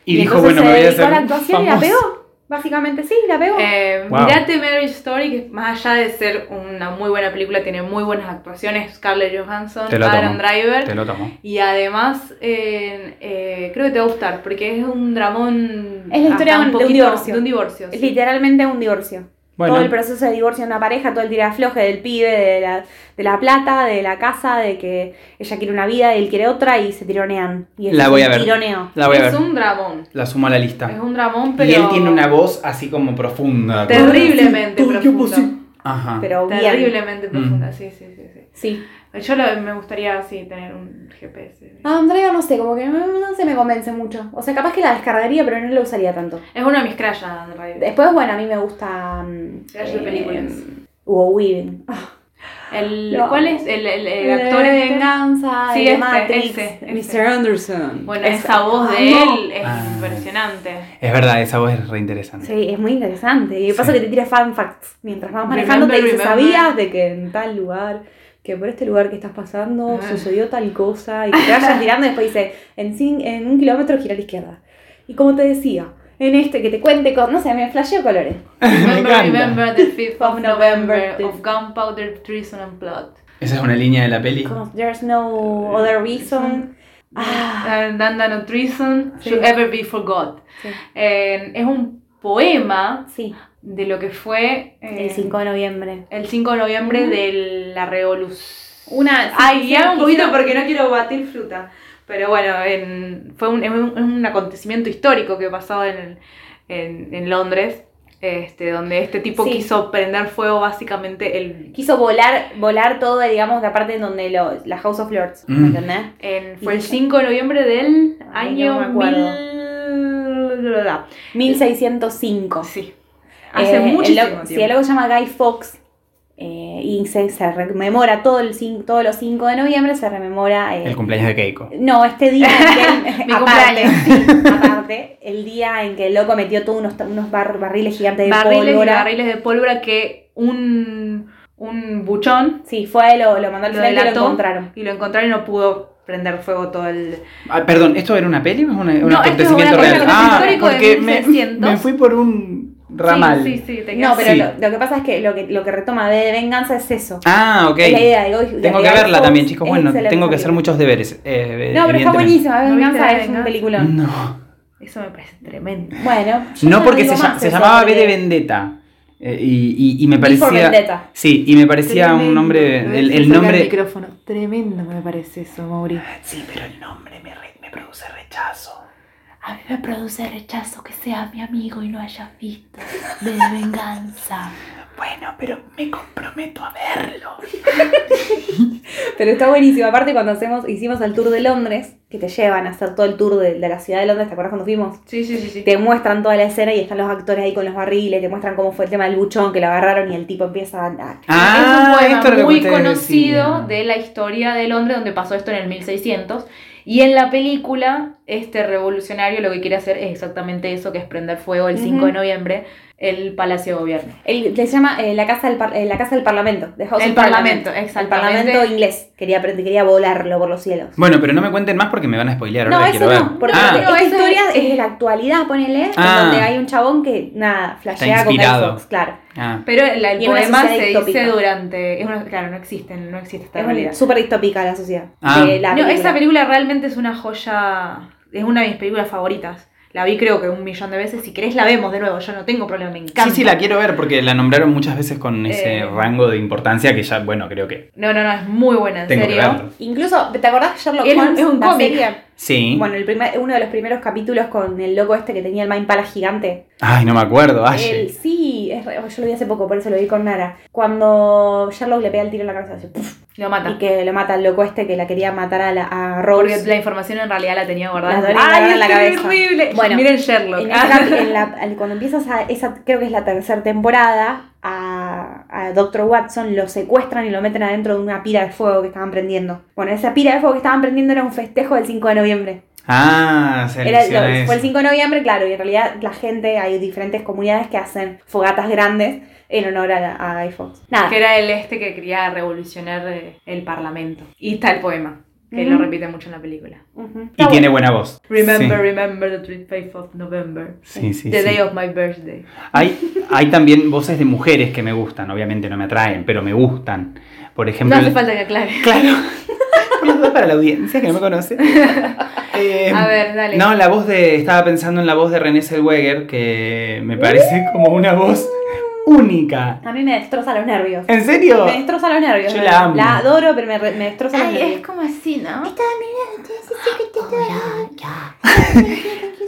S2: Y, dijo,
S1: entonces
S2: bueno, me
S1: se
S2: voy a
S1: dedicó
S2: hacer.
S1: la actuación y la
S2: famoso.
S1: pegó. Básicamente sí, la pegó.
S3: Eh,
S2: Wow.
S3: Mirate Marriage Story, que más allá de ser una muy buena película, tiene muy buenas actuaciones. Scarlett Johansson,
S2: Te lo
S3: Adam
S2: tomo.
S3: Driver.
S2: Te lo tomo.
S3: Y además, eh, eh, creo que te va a gustar, porque es un dramón.
S1: Es la historia
S3: hasta
S1: de un- de un divorcio.
S3: De un divorcio sí.
S1: Literalmente un divorcio.
S2: Bueno,
S1: Todo el proceso de divorcio de una pareja, todo el tirafloje del pibe, de la, de la plata, de la casa, de que ella quiere una vida y él quiere otra y se tironean. Y ese
S2: La
S1: es
S2: voy
S1: un
S2: a ver.
S1: tironeo.
S2: la voy a
S3: es
S2: ver.
S3: un dramón.
S2: La sumo a la
S3: Es
S2: lista.
S3: un dramón, pero.
S2: Y él tiene una voz así como profunda. como-
S3: Terriblemente profunda.
S2: Ajá.
S1: Pero bien.
S3: Terriblemente
S2: Mm.
S3: profunda, sí, sí, sí. sí.
S1: Sí.
S3: Yo lo- me gustaría, sí, tener un GPS.
S1: Ah, Andrea, no sé, como que no, no se me convence mucho. O sea, capaz que la descargaría, pero no la usaría tanto.
S3: Es uno de mis crashes, en realidad.
S1: Después, bueno, a mí me gusta. mm,
S3: Crash de
S1: eh,
S3: películas.
S1: Hugo Weaving. Ah,
S3: El,
S1: Lo
S3: ¿Cuál
S1: amo.
S3: es el, el- el actor?
S1: de
S3: este?
S1: Venganza,
S3: Sí,
S1: de
S3: este,
S1: Matrix,
S3: ese,
S1: Mr.
S3: ese.
S1: Anderson.
S3: Bueno,
S1: Ese.
S3: esa voz de
S1: Amo.
S3: él es
S2: Ah.
S3: impresionante.
S2: Es verdad, esa voz es re interesante.
S1: Sí, es muy interesante. Y pasa
S2: Sí.
S1: que te tira fan facts mientras vas manejando.
S3: Remember,
S1: te dice,
S3: remember.
S1: ¿sabías de que en tal lugar, que por este lugar que estás pasando,
S3: Ah.
S1: sucedió tal cosa? Y que te vayas tirando y después dice, en, cin- en un kilómetro gira a la izquierda. Y como te decía, en este que te cuente con, no sé, me flasheo colores.
S2: *laughs* Me
S3: Remember,
S2: encanta.
S3: remember the 5th of
S1: Of November,
S3: November
S1: the-
S3: of Gunpowder Treason and Plot.
S2: Esa es una línea de la peli.
S1: Como, There's no other reason. Ah,
S3: And then the no treason
S1: Sí.
S3: should ever be forgot.
S1: sí.
S3: Eh, es un poema
S1: Sí,
S3: de lo que fue eh,
S1: el 5 de noviembre.
S3: el 5 de noviembre
S1: Ujú.
S3: de la revolución.
S1: Una.
S3: Ay,
S1: sí,
S3: ya un
S1: sí,
S3: poquito
S1: sí.
S3: porque no quiero batir fruta. Pero bueno, en- fue un, es un- es un acontecimiento histórico que pasó en, en- en Londres, este, donde este tipo
S1: Sí.
S3: quiso prender fuego básicamente el...
S1: Quiso volar, volar todo, digamos, la parte en donde lo, la House of Lords,
S2: Mm.
S1: ¿me entendés?
S3: en- fue el
S1: Sí.
S3: 5 de noviembre del
S1: Ay, no
S3: año
S1: me acuerdo.
S3: mil- bla, bla,
S1: 1605.
S3: bla. Sí. Hace
S1: Eh, el
S3: muchísimo
S1: loco- sí,
S3: tiempo.
S1: el loco se llama Guy Fox eh, y se, se rememora todo el cin- todos los 5 de noviembre, se rememora... eh,
S2: El cumpleaños de Keiko.
S1: no, este día
S3: *laughs*
S1: en *laughs* que él-
S3: Mi
S1: aparte,
S3: cumpleaños.
S1: sí, aparte, el día en que el loco metió todos unos, unos bar- barriles gigantes de
S3: barriles y
S1: pólvora.
S3: barriles de pólvora que un, un buchón
S1: Sí, fue, lo, lo mandó al
S3: Lo
S1: frente y lo
S3: delató.
S1: encontraron.
S3: y lo encontraron y no pudo prender fuego todo el...
S2: Ah, perdón, ¿esto era una peli o es una- un
S3: No,
S2: acontecimiento
S3: esto es
S2: real?
S3: un
S2: Ah,
S3: acontecimiento
S2: porque
S3: histórico de
S2: me,
S3: 1600.
S2: me fui por un ramal.
S3: Sí, sí, sí, te
S1: No,
S3: quedas-
S1: pero
S2: Sí.
S1: lo, lo que pasa es que lo que, lo que retoma de Venganza es eso.
S2: Ah, ok.
S1: Es la idea de Guy- de
S2: Tengo
S1: Guy
S2: que verla
S1: Fawkes.
S2: también, chicos.
S1: Es
S2: Bueno,
S1: excelente
S2: tengo que
S1: esa
S2: hacer muchos deberes. eh,
S1: película. No, pero está
S2: evidentemente.
S1: buenísima.
S3: ¿No viste
S1: Venganza
S3: la
S1: es un
S3: Venganza?
S1: peliculón.
S2: No.
S3: Eso me parece tremendo.
S1: Bueno, yo ya
S2: No porque
S1: digo
S2: se, llama-
S1: más
S2: se
S1: eso,
S2: llamaba B
S1: porque-
S2: de Vendetta. eh, y, y- y me
S1: V for
S2: parecía.
S1: Vendetta.
S2: Sí, y me parecía un nombre. El, el nombre.
S3: micrófono. Tremendo me parece eso, Mauri.
S2: Sí, pero el nombre me, re- me produce rechazo.
S4: A mí me produce rechazo que seas mi amigo y no hayas visto. De venganza.
S2: Bueno, pero me comprometo a verlo.
S1: Pero está buenísimo. Aparte, cuando hacemos, hicimos el tour de Londres, que te llevan a hacer todo el tour de, de la ciudad de Londres, ¿te acuerdas cuando fuimos?
S3: Sí, sí, sí, sí.
S1: Te muestran toda la escena y están los actores ahí con los barriles, te muestran cómo fue el tema del buchón, que lo agarraron y el tipo empieza a... a-
S2: Ah,
S3: es un
S2: esto es lo que
S3: poema muy
S2: ustedes
S3: conocido
S2: decían.
S3: de la historia de Londres, donde pasó esto en el 1600. Y en la película, este revolucionario lo que quiere hacer es exactamente eso, que es prender fuego el 5 de
S1: Ujú.
S3: noviembre el Palacio de Gobierno.
S1: Él le llama eh, la, casa del par- eh, la Casa del Parlamento, de House
S3: El
S1: of Parliament.
S3: Parlamento,
S1: El
S3: exactamente.
S1: Parlamento inglés. Quería, aprend- quería volarlo por los cielos.
S2: Bueno, pero no me cuenten más porque me van a spoilear. Ahora
S1: No,
S2: la
S1: eso
S2: quiero
S1: no,
S2: ver.
S1: porque
S2: Ah,
S3: no,
S1: esta
S3: eso
S1: historia
S3: es-
S1: es, de la actualidad, ponele,
S2: Ah.
S1: en donde hay un chabón que, nada, flashea con Guy
S2: inspirado.
S1: Fawkes, claro.
S2: ah.
S3: Pero la- el
S1: Y en una
S3: poema
S1: sociedad
S3: se
S1: distópica.
S3: dice durante... Es una- claro, no existe, no existe esta
S1: Es
S3: realidad.
S1: un- súper distópica la sociedad.
S2: Ah.
S1: de la
S3: No, esa
S1: película.
S3: película realmente es una joya, es una de mis películas favoritas. La vi creo que un millón de veces. Si querés la vemos de nuevo, yo no tengo problema, me encanta.
S2: Sí, sí, la quiero ver porque la nombraron muchas veces con ese
S3: Eh.
S2: rango de importancia que ya, bueno, creo que
S3: No, no, no, es muy buena, en
S2: tengo que
S3: serio.
S2: verla.
S1: Incluso, ¿te acordás de Sherlock
S3: Era un-
S1: Holmes?
S3: es un
S1: la
S3: cómic.
S1: serie?
S2: Sí.
S1: Bueno, el primer, uno de los primeros capítulos con el loco este que tenía el Mind Pala gigante.
S2: Ay, no me acuerdo,
S1: El-
S2: Ashley.
S1: sí, es re- yo lo vi hace poco, por eso lo vi con Nara. Cuando Sherlock le pega el tiro en la cabeza, hace puf,
S3: Lo mata.
S1: y que lo mata el loco este que la quería matar a, la, a Rose.
S3: Porque la información en realidad la tenía
S1: La
S3: guardada.
S1: tenía guardada en la
S3: es
S1: cabeza.
S3: horrible!
S1: Bueno,
S3: miren Sherlock. ah,
S1: En el cap- en la- al- cuando empiezas a esa, creo que es la tercera temporada, a, a Dr. Watson lo secuestran y lo meten adentro de una pira de fuego que estaban prendiendo. Bueno, esa pira de fuego que estaban prendiendo era un festejo del 5 de noviembre.
S2: Ah, se
S1: Era el-
S2: menciona
S1: fue el
S2: eso.
S1: 5 de noviembre, claro, y en realidad la gente, hay diferentes comunidades que hacen fogatas grandes en honor a, a Guy Fawkes. Nada,
S3: que era el este que quería revolucionar eh, el parlamento. Y está el poema, que
S1: Ujú.
S3: lo repite mucho en la película.
S1: Ujú.
S2: Y
S1: Está
S2: tiene buena voz.
S3: Remember, remember the 25th of November.
S2: Sí, sí, sí.
S3: the
S2: sí.
S3: day of my birthday.
S2: Hay, hay también voces de mujeres que me gustan, obviamente no me atraen, pero me gustan. Por
S3: No
S2: ejemplo.
S3: hace falta
S2: *laughs*
S3: que aclare.
S2: Claro. Por las dudas para la audiencia que no me
S3: *laughs*
S2: conoce. Eh,
S3: A ver, dale.
S2: No, la voz de. Estaba pensando en la voz de René Zellweger, que me
S3: *laughs*
S2: parece como una voz única.
S1: A mí me destroza los nervios.
S2: ¿En serio?
S1: Me destroza los nervios.
S2: Yo
S1: me-
S2: la amo.
S1: adoro, pero me, re- me destroza los nervios.
S4: como así, ¿no?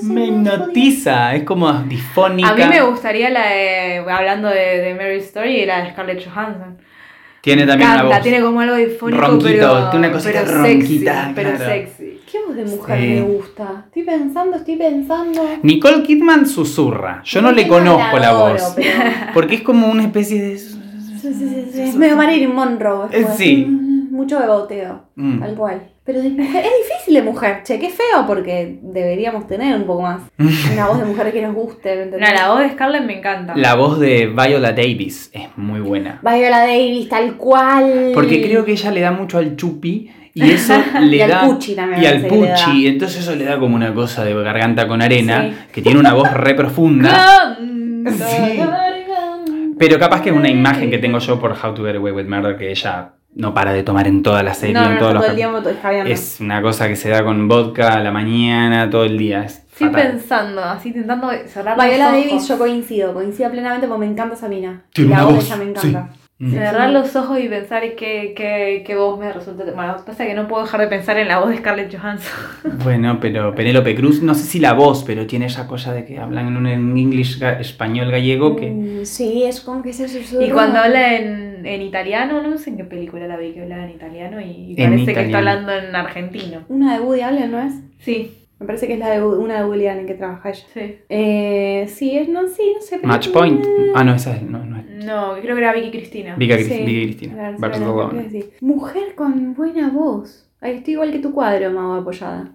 S2: Me hipnotiza. Es como disfónica.
S3: A mí me gustaría la de, hablando de, de Mary Story, la de Scarlett Johansson.
S2: Tiene también
S3: Canta,
S2: una voz.
S3: tiene como algo difónico,
S2: Ronquito,
S3: pero,
S2: tiene una cosita
S3: pero
S2: ronquita,
S3: sexy, pero
S2: claro.
S3: sexy.
S1: ¿Qué voz de mujer
S2: Sí.
S1: me gusta? Estoy pensando, estoy pensando.
S2: Kidman Kidman susurra. Yo no le conozco la
S1: adoro,
S2: voz.
S1: pero- *laughs*
S2: Porque es como una especie de.
S1: Sí, sí, sí, sí. Es medio Marilyn Monroe. es
S2: Eh,
S1: como-
S2: sí.
S1: Mucho beboteo,
S2: Mm. *laughs*
S1: tal cual. Pero de mujer- es difícil de mujer, che, qué feo, porque deberíamos tener un poco más. Una voz de mujer que nos guste, ¿me
S3: No,
S1: entendés?
S3: la voz de Scarlett me encanta.
S2: La voz de Viola Davis es muy buena.
S1: Viola Davis, tal cual.
S2: Porque creo que ella le da mucho al chupi
S1: *laughs*
S2: y eso le
S1: Y al
S2: da.
S1: puchi también
S2: Y
S1: me
S2: al
S1: parece que le
S2: puchi. Entonces eso le da como una cosa de garganta con arena,
S1: Sí.
S2: que tiene una voz
S1: *laughs*
S2: re profunda.
S3: Canta.
S2: Sí. Pero capaz que es una imagen que tengo yo por How to Get Away with Murder que ella no para de tomar en toda la serie,
S1: No, no,
S2: en
S1: no,
S2: todos los
S1: todo el
S2: cap-
S1: tiempo estoy jadeando.
S2: Es una cosa que se da con vodka a la mañana, todo el día. Es
S3: Estoy
S2: fatal.
S3: pensando, así intentando cerrar los
S1: Viola
S3: ojos.
S1: Davis, yo coincido, coincido plenamente porque me encanta esa mina.
S2: Tiene
S1: la
S2: una
S1: voz de
S2: voz,
S1: ella me encanta.
S2: Mm.
S3: Cerrar los ojos y pensar qué, qué, qué voz me resulta. Bueno, pasa que no puedo dejar de pensar en la voz de Scarlett Johansson.
S2: Bueno, pero Penélope Cruz, no sé si la voz, pero tiene esa cosa de que hablan en un en English ga- español gallego que.
S1: Mm, sí, es como que se susurra.
S3: Y cuando habla en, en italiano, no sé en qué película la vi que hablaba en italiano y, y
S2: En
S3: parece que
S2: italiano.
S3: está hablando en argentino.
S1: Una de Woody Allen, ¿no es?
S3: Sí,
S1: Me parece que es la de Woody- una de Woody Allen que trabaja ella.
S3: sí.
S1: Eh, sí, es, no, sí, no sé. pero-
S2: Match Point. Ah, no, esa es. No, no es.
S3: No, creo que era Vicky Cristina.
S2: Vicky Cris-
S1: Sí,
S2: Vicky Cristina.
S1: Barcelona,
S2: Barcelona.
S1: creo que sí. Mujer con buena voz. Ay, estoy igual que tu cuadro, Mago Apoyada.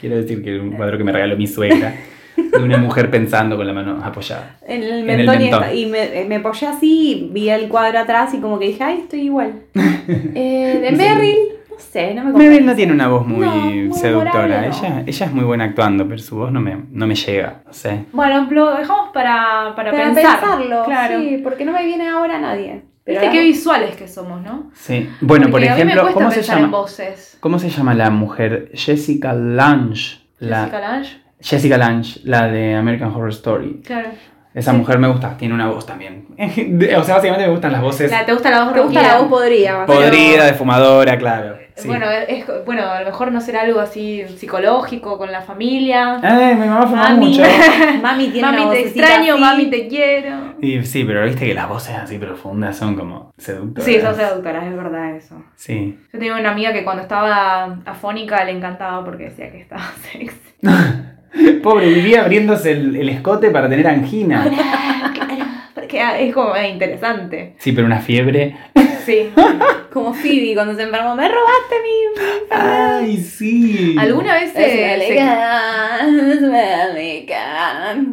S2: Quiero decir que es un cuadro que me regaló mi suegra. De una mujer pensando con la mano apoyada.
S1: En el
S2: En el
S1: mentón, y
S2: mentón.
S1: esta- y, me, eh, me apoyé así, y vi el cuadro atrás y como que dije, ay, estoy igual. Eh, de
S2: Sí.
S1: Meryl, no sé, no me
S2: Meryl no
S1: convence.
S2: tiene una voz muy
S1: No, muy
S2: seductora.
S1: memorable, no.
S2: Ella, ella es muy buena actuando, pero su voz no me, no me llega. No sé.
S3: Bueno, lo dejamos para, para,
S1: Para
S3: pensar.
S1: pensarlo,
S3: claro.
S1: sí, porque no me viene ahora nadie. Pero
S3: Viste qué
S1: ahora-
S3: visuales que somos, ¿no?
S2: Sí. Bueno,
S3: Porque
S2: por
S3: a mí me
S2: ejemplo,
S3: cuesta
S2: ¿cómo se
S3: pensar en
S2: llama?
S3: voces.
S2: ¿Cómo se llama la mujer? Jessica Lange. La,
S3: Jessica Lange,
S2: Jessica Lange, la de American Horror Story.
S3: claro.
S2: Esa mujer me gusta, tiene una voz también. *laughs* De- o sea, básicamente me gustan las voces
S3: La- ¿Te gusta la voz
S1: ¿Te gusta
S3: ronquida?
S1: la voz podría?
S2: podrida, defumadora, claro. Sí.
S3: Eh, Bueno, es, bueno, a lo mejor no será algo así psicológico con la familia.
S2: Ay, mi mamá fumaba
S1: Mami.
S3: *laughs*
S2: mucho.
S1: Mami tiene una
S3: Mami te
S1: vocecita
S3: extraño,
S1: así.
S3: mami te quiero.
S2: Y sí, pero viste que las voces así profundas son como seductoras.
S3: Sí, sos seductoras, es verdad eso.
S2: Sí.
S3: Yo tenía una amiga que cuando estaba afónica le encantaba porque decía que estaba *laughs* sexy.
S2: Pobre, vivía abriéndose el, el escote para tener angina.
S3: Porque ah, es como eh, interesante.
S2: Sí, pero una fiebre. *laughs*
S3: Sí.
S1: Como Phoebe cuando se enfermó, me robaste mi... mi
S2: Ay, sí.
S3: ¿Alguna vez se- se-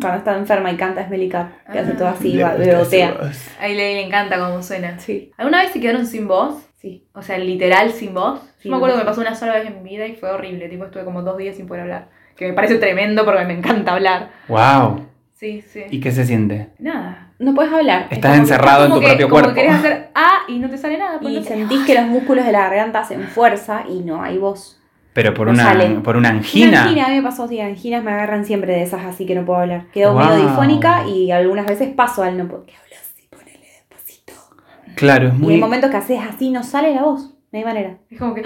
S1: Cuando está enferma y canta es Melica, que hace todo así,
S2: Le
S1: va-
S2: gusta
S1: bebotea.
S2: esa voz.
S3: Ahí le, le encanta cómo suena.
S1: Sí,
S3: ¿Alguna vez se quedaron sin voz?
S1: sí.
S3: O sea, literal sin voz.
S1: Sí,
S3: Yo me acuerdo
S1: me
S3: que me pasó una sola vez en mi vida y fue horrible. Tipo, estuve como dos días sin poder hablar. Que me parece tremendo porque me encanta hablar.
S2: Wow.
S3: Sí, sí.
S2: ¿Y qué se siente?
S3: Nada.
S1: No puedes hablar.
S2: Estás
S1: Es como
S2: encerrado en tu
S3: Como que-
S2: propio
S3: como
S2: cuerpo.
S3: que querés hacer A y no te sale nada.
S1: que-
S3: porque
S1: Y
S3: no te-
S1: sentís que los músculos de la garganta hacen fuerza y no hay voz.
S2: Pero por
S1: No sale.
S2: una, por una
S1: Una
S2: angina.
S1: angina, a mí me pasó, sí, anginas me agarran siempre de esas, así que no puedo hablar. Quedo
S2: Wow.
S1: medio difónica y algunas veces paso al no puedo. ¿Qué hablas así? Ponele despacito.
S2: Claro, es
S1: Y
S2: muy.
S1: hay momentos que haces así, no sale la voz. No hay manera.
S3: Es como que.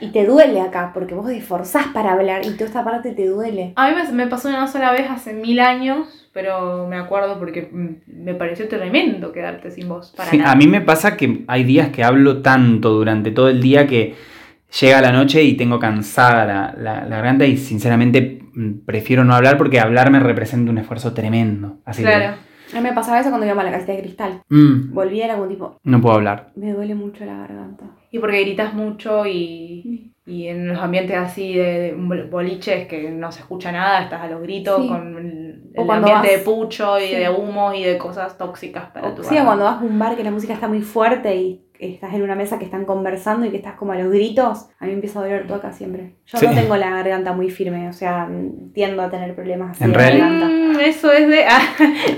S1: Y te duele acá, porque vos esforzás para hablar y toda esta parte te duele.
S3: A mí me, me pasó una sola vez hace mil años, pero me acuerdo porque mm, me pareció tremendo quedarte sin voz. Para
S2: Sí,
S3: nada.
S2: a mí me pasa que hay días que hablo tanto durante todo el día que llega la noche y tengo cansada la, la- la garganta y sinceramente mm, prefiero no hablar porque hablar me representa un esfuerzo tremendo. Así que,
S3: Claro.
S1: A mí me pasaba eso cuando íbamos a la casita de cristal.
S2: mm,
S1: Volví era como tipo,
S2: no puedo hablar.
S1: me duele mucho la garganta.
S3: Y porque gritas mucho y, y en los ambientes así de, de bol- boliches que no se escucha nada, estás a los gritos
S1: Sí.
S3: con el,
S1: O
S3: el
S1: cuando
S3: ambiente de
S1: vas-
S3: pucho y
S1: sí.
S3: de humo y de cosas tóxicas para tu
S1: O sea,
S3: barrio.
S1: cuando vas a un bar que la música está muy fuerte y estás en una mesa que están conversando y que estás como a los gritos, a mí me empieza a doler todo acá siempre. Yo
S2: Sí.
S1: no tengo la garganta muy firme, o sea, mm, tiendo a tener problemas así
S2: En
S1: de
S2: realidad-
S1: garganta.
S3: Mm, eso es de *laughs* ah,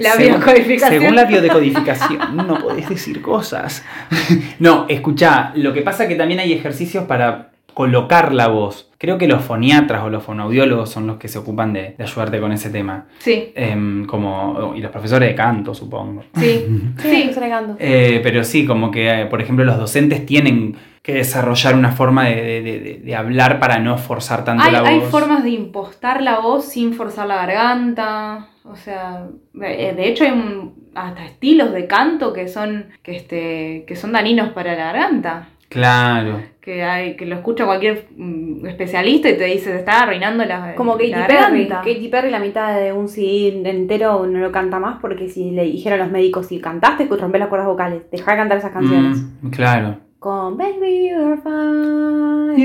S3: la
S2: Según-
S3: biocodificación.
S2: Según la biodecodificación, no podés decir cosas. *laughs* no, escuchá, lo que pasa que también hay ejercicios para colocar la voz. Creo que los foniatras o los fonoaudiólogos son los que se ocupan de- de ayudarte con ese tema.
S3: Sí,
S2: Em, como, y los profesores de canto, supongo.
S3: sí.
S1: Mm, Sí, estoy sacando.
S2: *laughs* Eh, pero sí, como que, eh, por ejemplo, los docentes tienen que desarrollar una forma de, de- de- de hablar para no forzar tanto
S3: Hay,
S2: la voz.
S3: hay formas de impostar la voz sin forzar la garganta. O sea, eh, de hecho hay un- hasta estilos de canto que son, que, este, que son daninos para la garganta.
S2: Claro.
S3: que hay que lo escucha cualquier mm, especialista y te dice, se está arruinando la
S1: Como Katy
S3: la
S1: Perry.
S3: garganta".
S1: Katy Perry la mitad de un CD entero no lo canta más porque si le dijeron los médicos, si cantaste, rompés las cuerdas vocales, dejá de cantar esas canciones.
S2: Mm, claro.
S1: Con Baby You're Fine.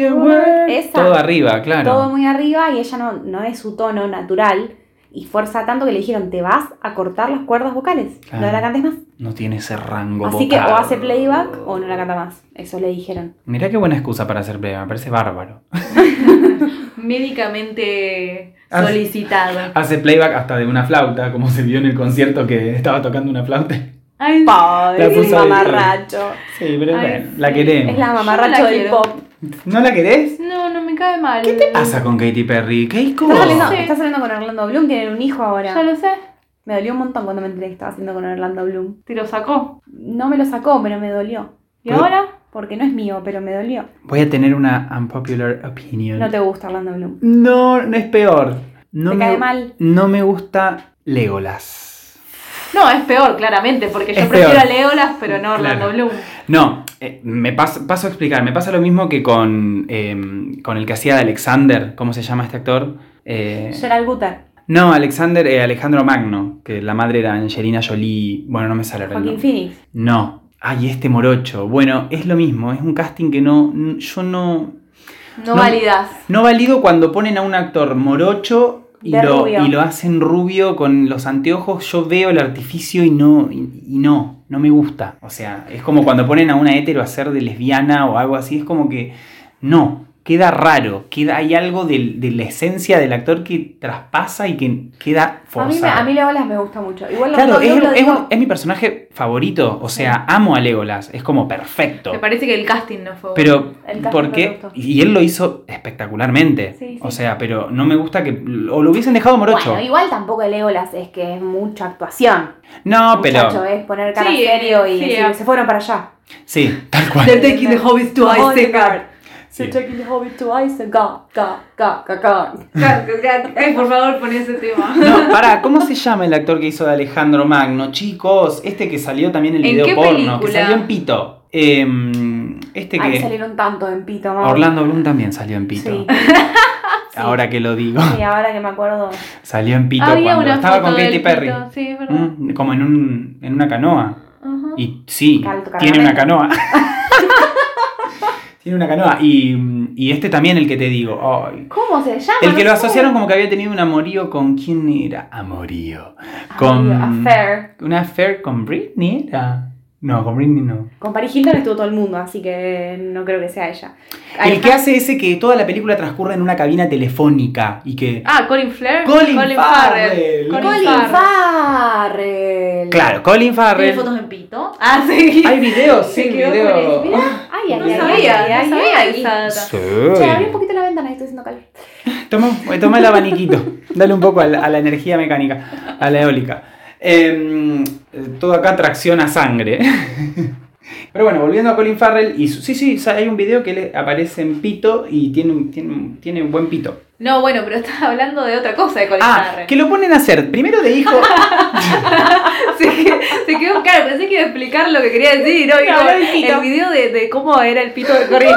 S1: Esa.
S2: Todo arriba, claro.
S1: todo muy arriba y ella no, no es su tono natural y fuerza tanto que le dijeron, te vas a cortar las cuerdas vocales,
S2: Claro.
S1: no la cantes más.
S2: No tiene ese rango.
S1: Así que o
S2: vocal.
S1: hace playback o no la canta más, eso le dijeron.
S2: Mirá qué buena excusa para hacer playback, me parece bárbaro.
S3: médicamente
S2: Ah, sí. *laughs*
S3: solicitada.
S2: Hace playback hasta de una flauta, como se vio en el concierto que estaba tocando una
S1: *laughs*
S2: flauta.
S3: Ay,
S2: La
S1: Pobre,
S2: puso ahí.
S1: mamarracho.
S2: Sí, pero
S3: Ay,
S2: bueno,
S3: sí.
S2: la queremos.
S1: Es la mamarracho
S3: Yo la
S1: del
S3: quiero.
S1: pop.
S2: ¿No la querés?
S3: no, no me cae mal.
S2: ¿Qué te pasa con Katy Perry? Keiko.
S1: Está
S3: Oh.
S1: saliendo,
S3: Sí.
S1: está saliendo con Orlando Bloom, tienen un hijo
S3: Ya
S1: ahora.
S3: lo sé,
S1: Me dolió un montón cuando me enteré que estaba haciendo con Orlando Bloom.
S3: te lo sacó.
S1: No me lo sacó, pero me dolió.
S3: ¿Y
S2: Pero-
S3: ahora?
S1: Porque no es mío, pero me dolió.
S2: Voy a tener una unpopular opinion.
S1: No te gusta Orlando Bloom.
S2: No, no es peor. No
S1: te
S2: me,
S1: cae mal.
S2: No me gusta Legolas.
S3: No, es peor, claramente, porque yo
S2: Es
S3: prefiero
S2: peor.
S3: a Leolas, pero no a Orlando
S2: Claro.
S3: Bloom.
S2: No, eh, me paso, paso a explicar. Me pasa lo mismo que con, em, con el que hacía de Alexander. ¿Cómo se llama este actor? Eh,
S1: Gerald Guter,
S2: no, Alexander, eh, Alejandro Magno, que la madre era Angelina Jolie. Bueno, no me sale ahora el
S1: Joaquín
S2: nombre.
S1: Phoenix.
S2: No. Ay, este morocho. Bueno, es lo mismo. Es un casting que no. n- Yo no. No.
S3: No, validas.
S2: No valido cuando ponen a un actor morocho y
S1: De
S2: lo,
S1: rubio.
S2: y lo hacen rubio con los anteojos. Yo veo el artificio y no, y, y no, no me gusta. O sea, es como cuando ponen a una hetero a ser de lesbiana o algo así. Es como que no, queda raro. Queda, hay algo del- de, la esencia del actor que traspasa y que queda
S1: A mí,
S2: forzado.
S1: me, a mí Legolas me gusta mucho. Igual
S2: Claro,
S1: Orlando
S2: es,
S1: Bloom lo
S2: es
S1: digo-
S2: un- es mi personaje favorito. O sea, amo a Legolas. Es como perfecto.
S3: Me parece que el casting no fue bueno.
S2: Pero,
S1: El casting
S2: ¿por
S1: me
S2: qué?
S1: gustó.
S2: Y él lo hizo espectacularmente.
S1: Sí, sí.
S2: O sea, pero no me gusta que. O lo hubiesen dejado morocho.
S1: Bueno, igual tampoco el Legolas es que es mucha actuación.
S2: no,
S1: Muchacho, eh.
S2: pero.
S1: es poner cara
S3: Sí,
S1: serio y
S3: sí,
S1: decir,
S3: ah.
S1: se fueron para allá.
S2: Sí, tal cual.
S3: They're taking the hobbies to
S1: Oh, my
S3: Isengard.
S2: Sí.
S1: They're taking the hobbit to Isengard. Ga, ga, ga, ga.
S3: Ay, por favor, pon ese
S2: *laughs*
S3: tema.
S2: No, pará, ¿cómo se llama el actor que hizo de Alejandro Magno? Chicos, este que salió también en el
S3: ¿En
S2: video
S3: qué
S2: porno, que
S3: película?
S2: salió en Pito. Em, este
S1: Ahí
S2: que.
S1: salieron tanto en pito, mamá.
S2: Orlando Bloom también salió en Pito.
S1: *laughs* Sí.
S2: *laughs* Ahora que lo digo,
S1: Y ahora que me acuerdo.
S2: *laughs* salió en Pito
S3: Había
S2: cuando
S3: una
S2: estaba
S3: foto
S2: con
S3: del
S2: Katy Perry.
S3: pito, Sí, es verdad.
S2: Mm, como en, un, en una canoa.
S3: Ajá.
S2: Y sí,
S1: Cal-
S2: tiene
S1: cargamento.
S2: una canoa.
S3: *laughs*
S2: *laughs* tiene una canoa. Y, y este también, el que te digo. ay.
S1: ¿Cómo se llama?
S2: El que
S1: No
S2: lo
S1: sé.
S2: asociaron como que había tenido un amorío con. ¿Quién era? Amorío.
S1: Ay,
S2: Con.
S1: Affair.
S2: ¿Una affair con Britney era? No, con Britney no.
S1: Con Paris Hilton estuvo todo el mundo, así que no creo que sea ella.
S2: El que hace ese que toda la película transcurre en una cabina telefónica y que.
S3: Ah, Colin Flair.
S2: Colin Farrell.
S3: Colin,
S1: Colin
S3: Farrell.
S1: Farrell.
S2: Claro, Colin
S3: ¿Tiene
S2: Farrell.
S3: fotos en pito? Ah, sí. *laughs*
S2: Hay videos,
S3: Se
S2: sí,
S3: quedó
S2: videos.
S3: con
S1: Mirá, ay, ay,
S3: No
S1: ay, ay,
S3: sabía,
S1: ay, ay,
S3: no sabía
S1: ay.
S3: esa data.
S2: Sí.
S1: Che, abrí un poquito la ventana, estoy haciendo calor.
S2: Toma, eh, toma el abaniquito. Dale un poco a la, a la energía mecánica, a la eólica. Em, todo acá tracciona sangre. *laughs* Pero bueno, volviendo a Colin Farrell, y su- sí, sí, sa- hay un video que le aparece en pito y tiene, un- tiene, un- tiene un buen pito.
S3: No, bueno, pero estás hablando de otra cosa de Colin
S2: Ah,
S3: Farrell.
S2: que lo ponen a hacer primero de hijo.
S3: *laughs* Se, que- se quedó claro, pensé que iba a explicar lo que quería decir, ¿no? Y
S2: No,
S3: como
S2: el pito.
S3: el video de, de cómo era el pito de
S2: *laughs*
S3: Colin Farrell.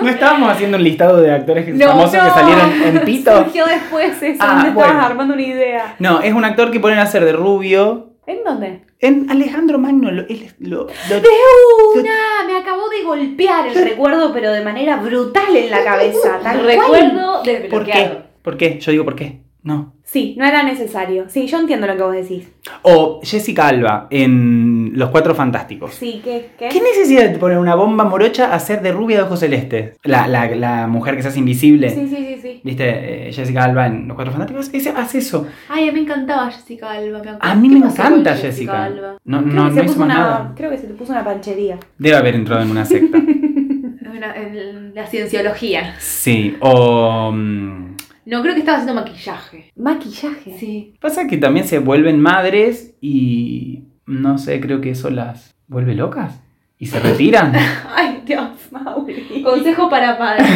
S2: No estábamos haciendo un listado de actores que-
S3: No,
S2: famosos que
S3: no.
S2: salieron en pito.
S1: Surgió después eso,
S2: Ah,
S1: donde
S2: bueno.
S1: estabas armando una idea.
S2: No, es un actor que ponen a hacer de rubio.
S1: ¿En dónde?
S2: En Alejandro Magno, lo- él es- lo- lo-
S1: Una, me acabó de golpear el recuerdo, pero de manera brutal en la cabeza. Tal cual.
S3: Recuerdo
S2: ¿Por qué?
S3: desbloqueado.
S2: ¿Por qué? Yo digo, ¿por qué? No.
S1: Sí, no era necesario. Sí, yo entiendo lo que vos decís.
S2: O Jessica Alba en Los Cuatro Fantásticos.
S1: Sí, ¿qué? ¿Qué?
S2: ¿Qué necesidad de poner una bomba morocha a ser de rubia de ojos celestes? La, la- la mujer que se hace invisible.
S1: Sí, sí, sí, sí.
S2: ¿Viste? eh, Jessica Alba en Los Cuatro Fantásticos. Ese- hace eso.
S3: Ay, a mí me encantaba Jessica Alba. Me acuerdo.
S2: A mí
S3: ¿Qué
S2: me
S3: pasó con
S2: encanta Jessica. No,
S1: Creo
S2: no,
S1: que se
S2: no hizo
S1: puso
S2: más
S1: una,
S2: nada.
S1: Creo que se te puso una panchería.
S2: Debe haber entrado en
S1: *laughs*
S2: una secta.
S3: Una- el- la cienciología.
S2: sí. O. mm,
S3: No, creo que estaba haciendo maquillaje.
S1: Maquillaje.
S3: Sí. *laughs*
S2: Pasa que también se vuelven madres y. No sé, creo que eso las vuelve locas. Y se retiran.
S1: Ay, Dios, Mauri.
S3: Consejo para *laughs* padres.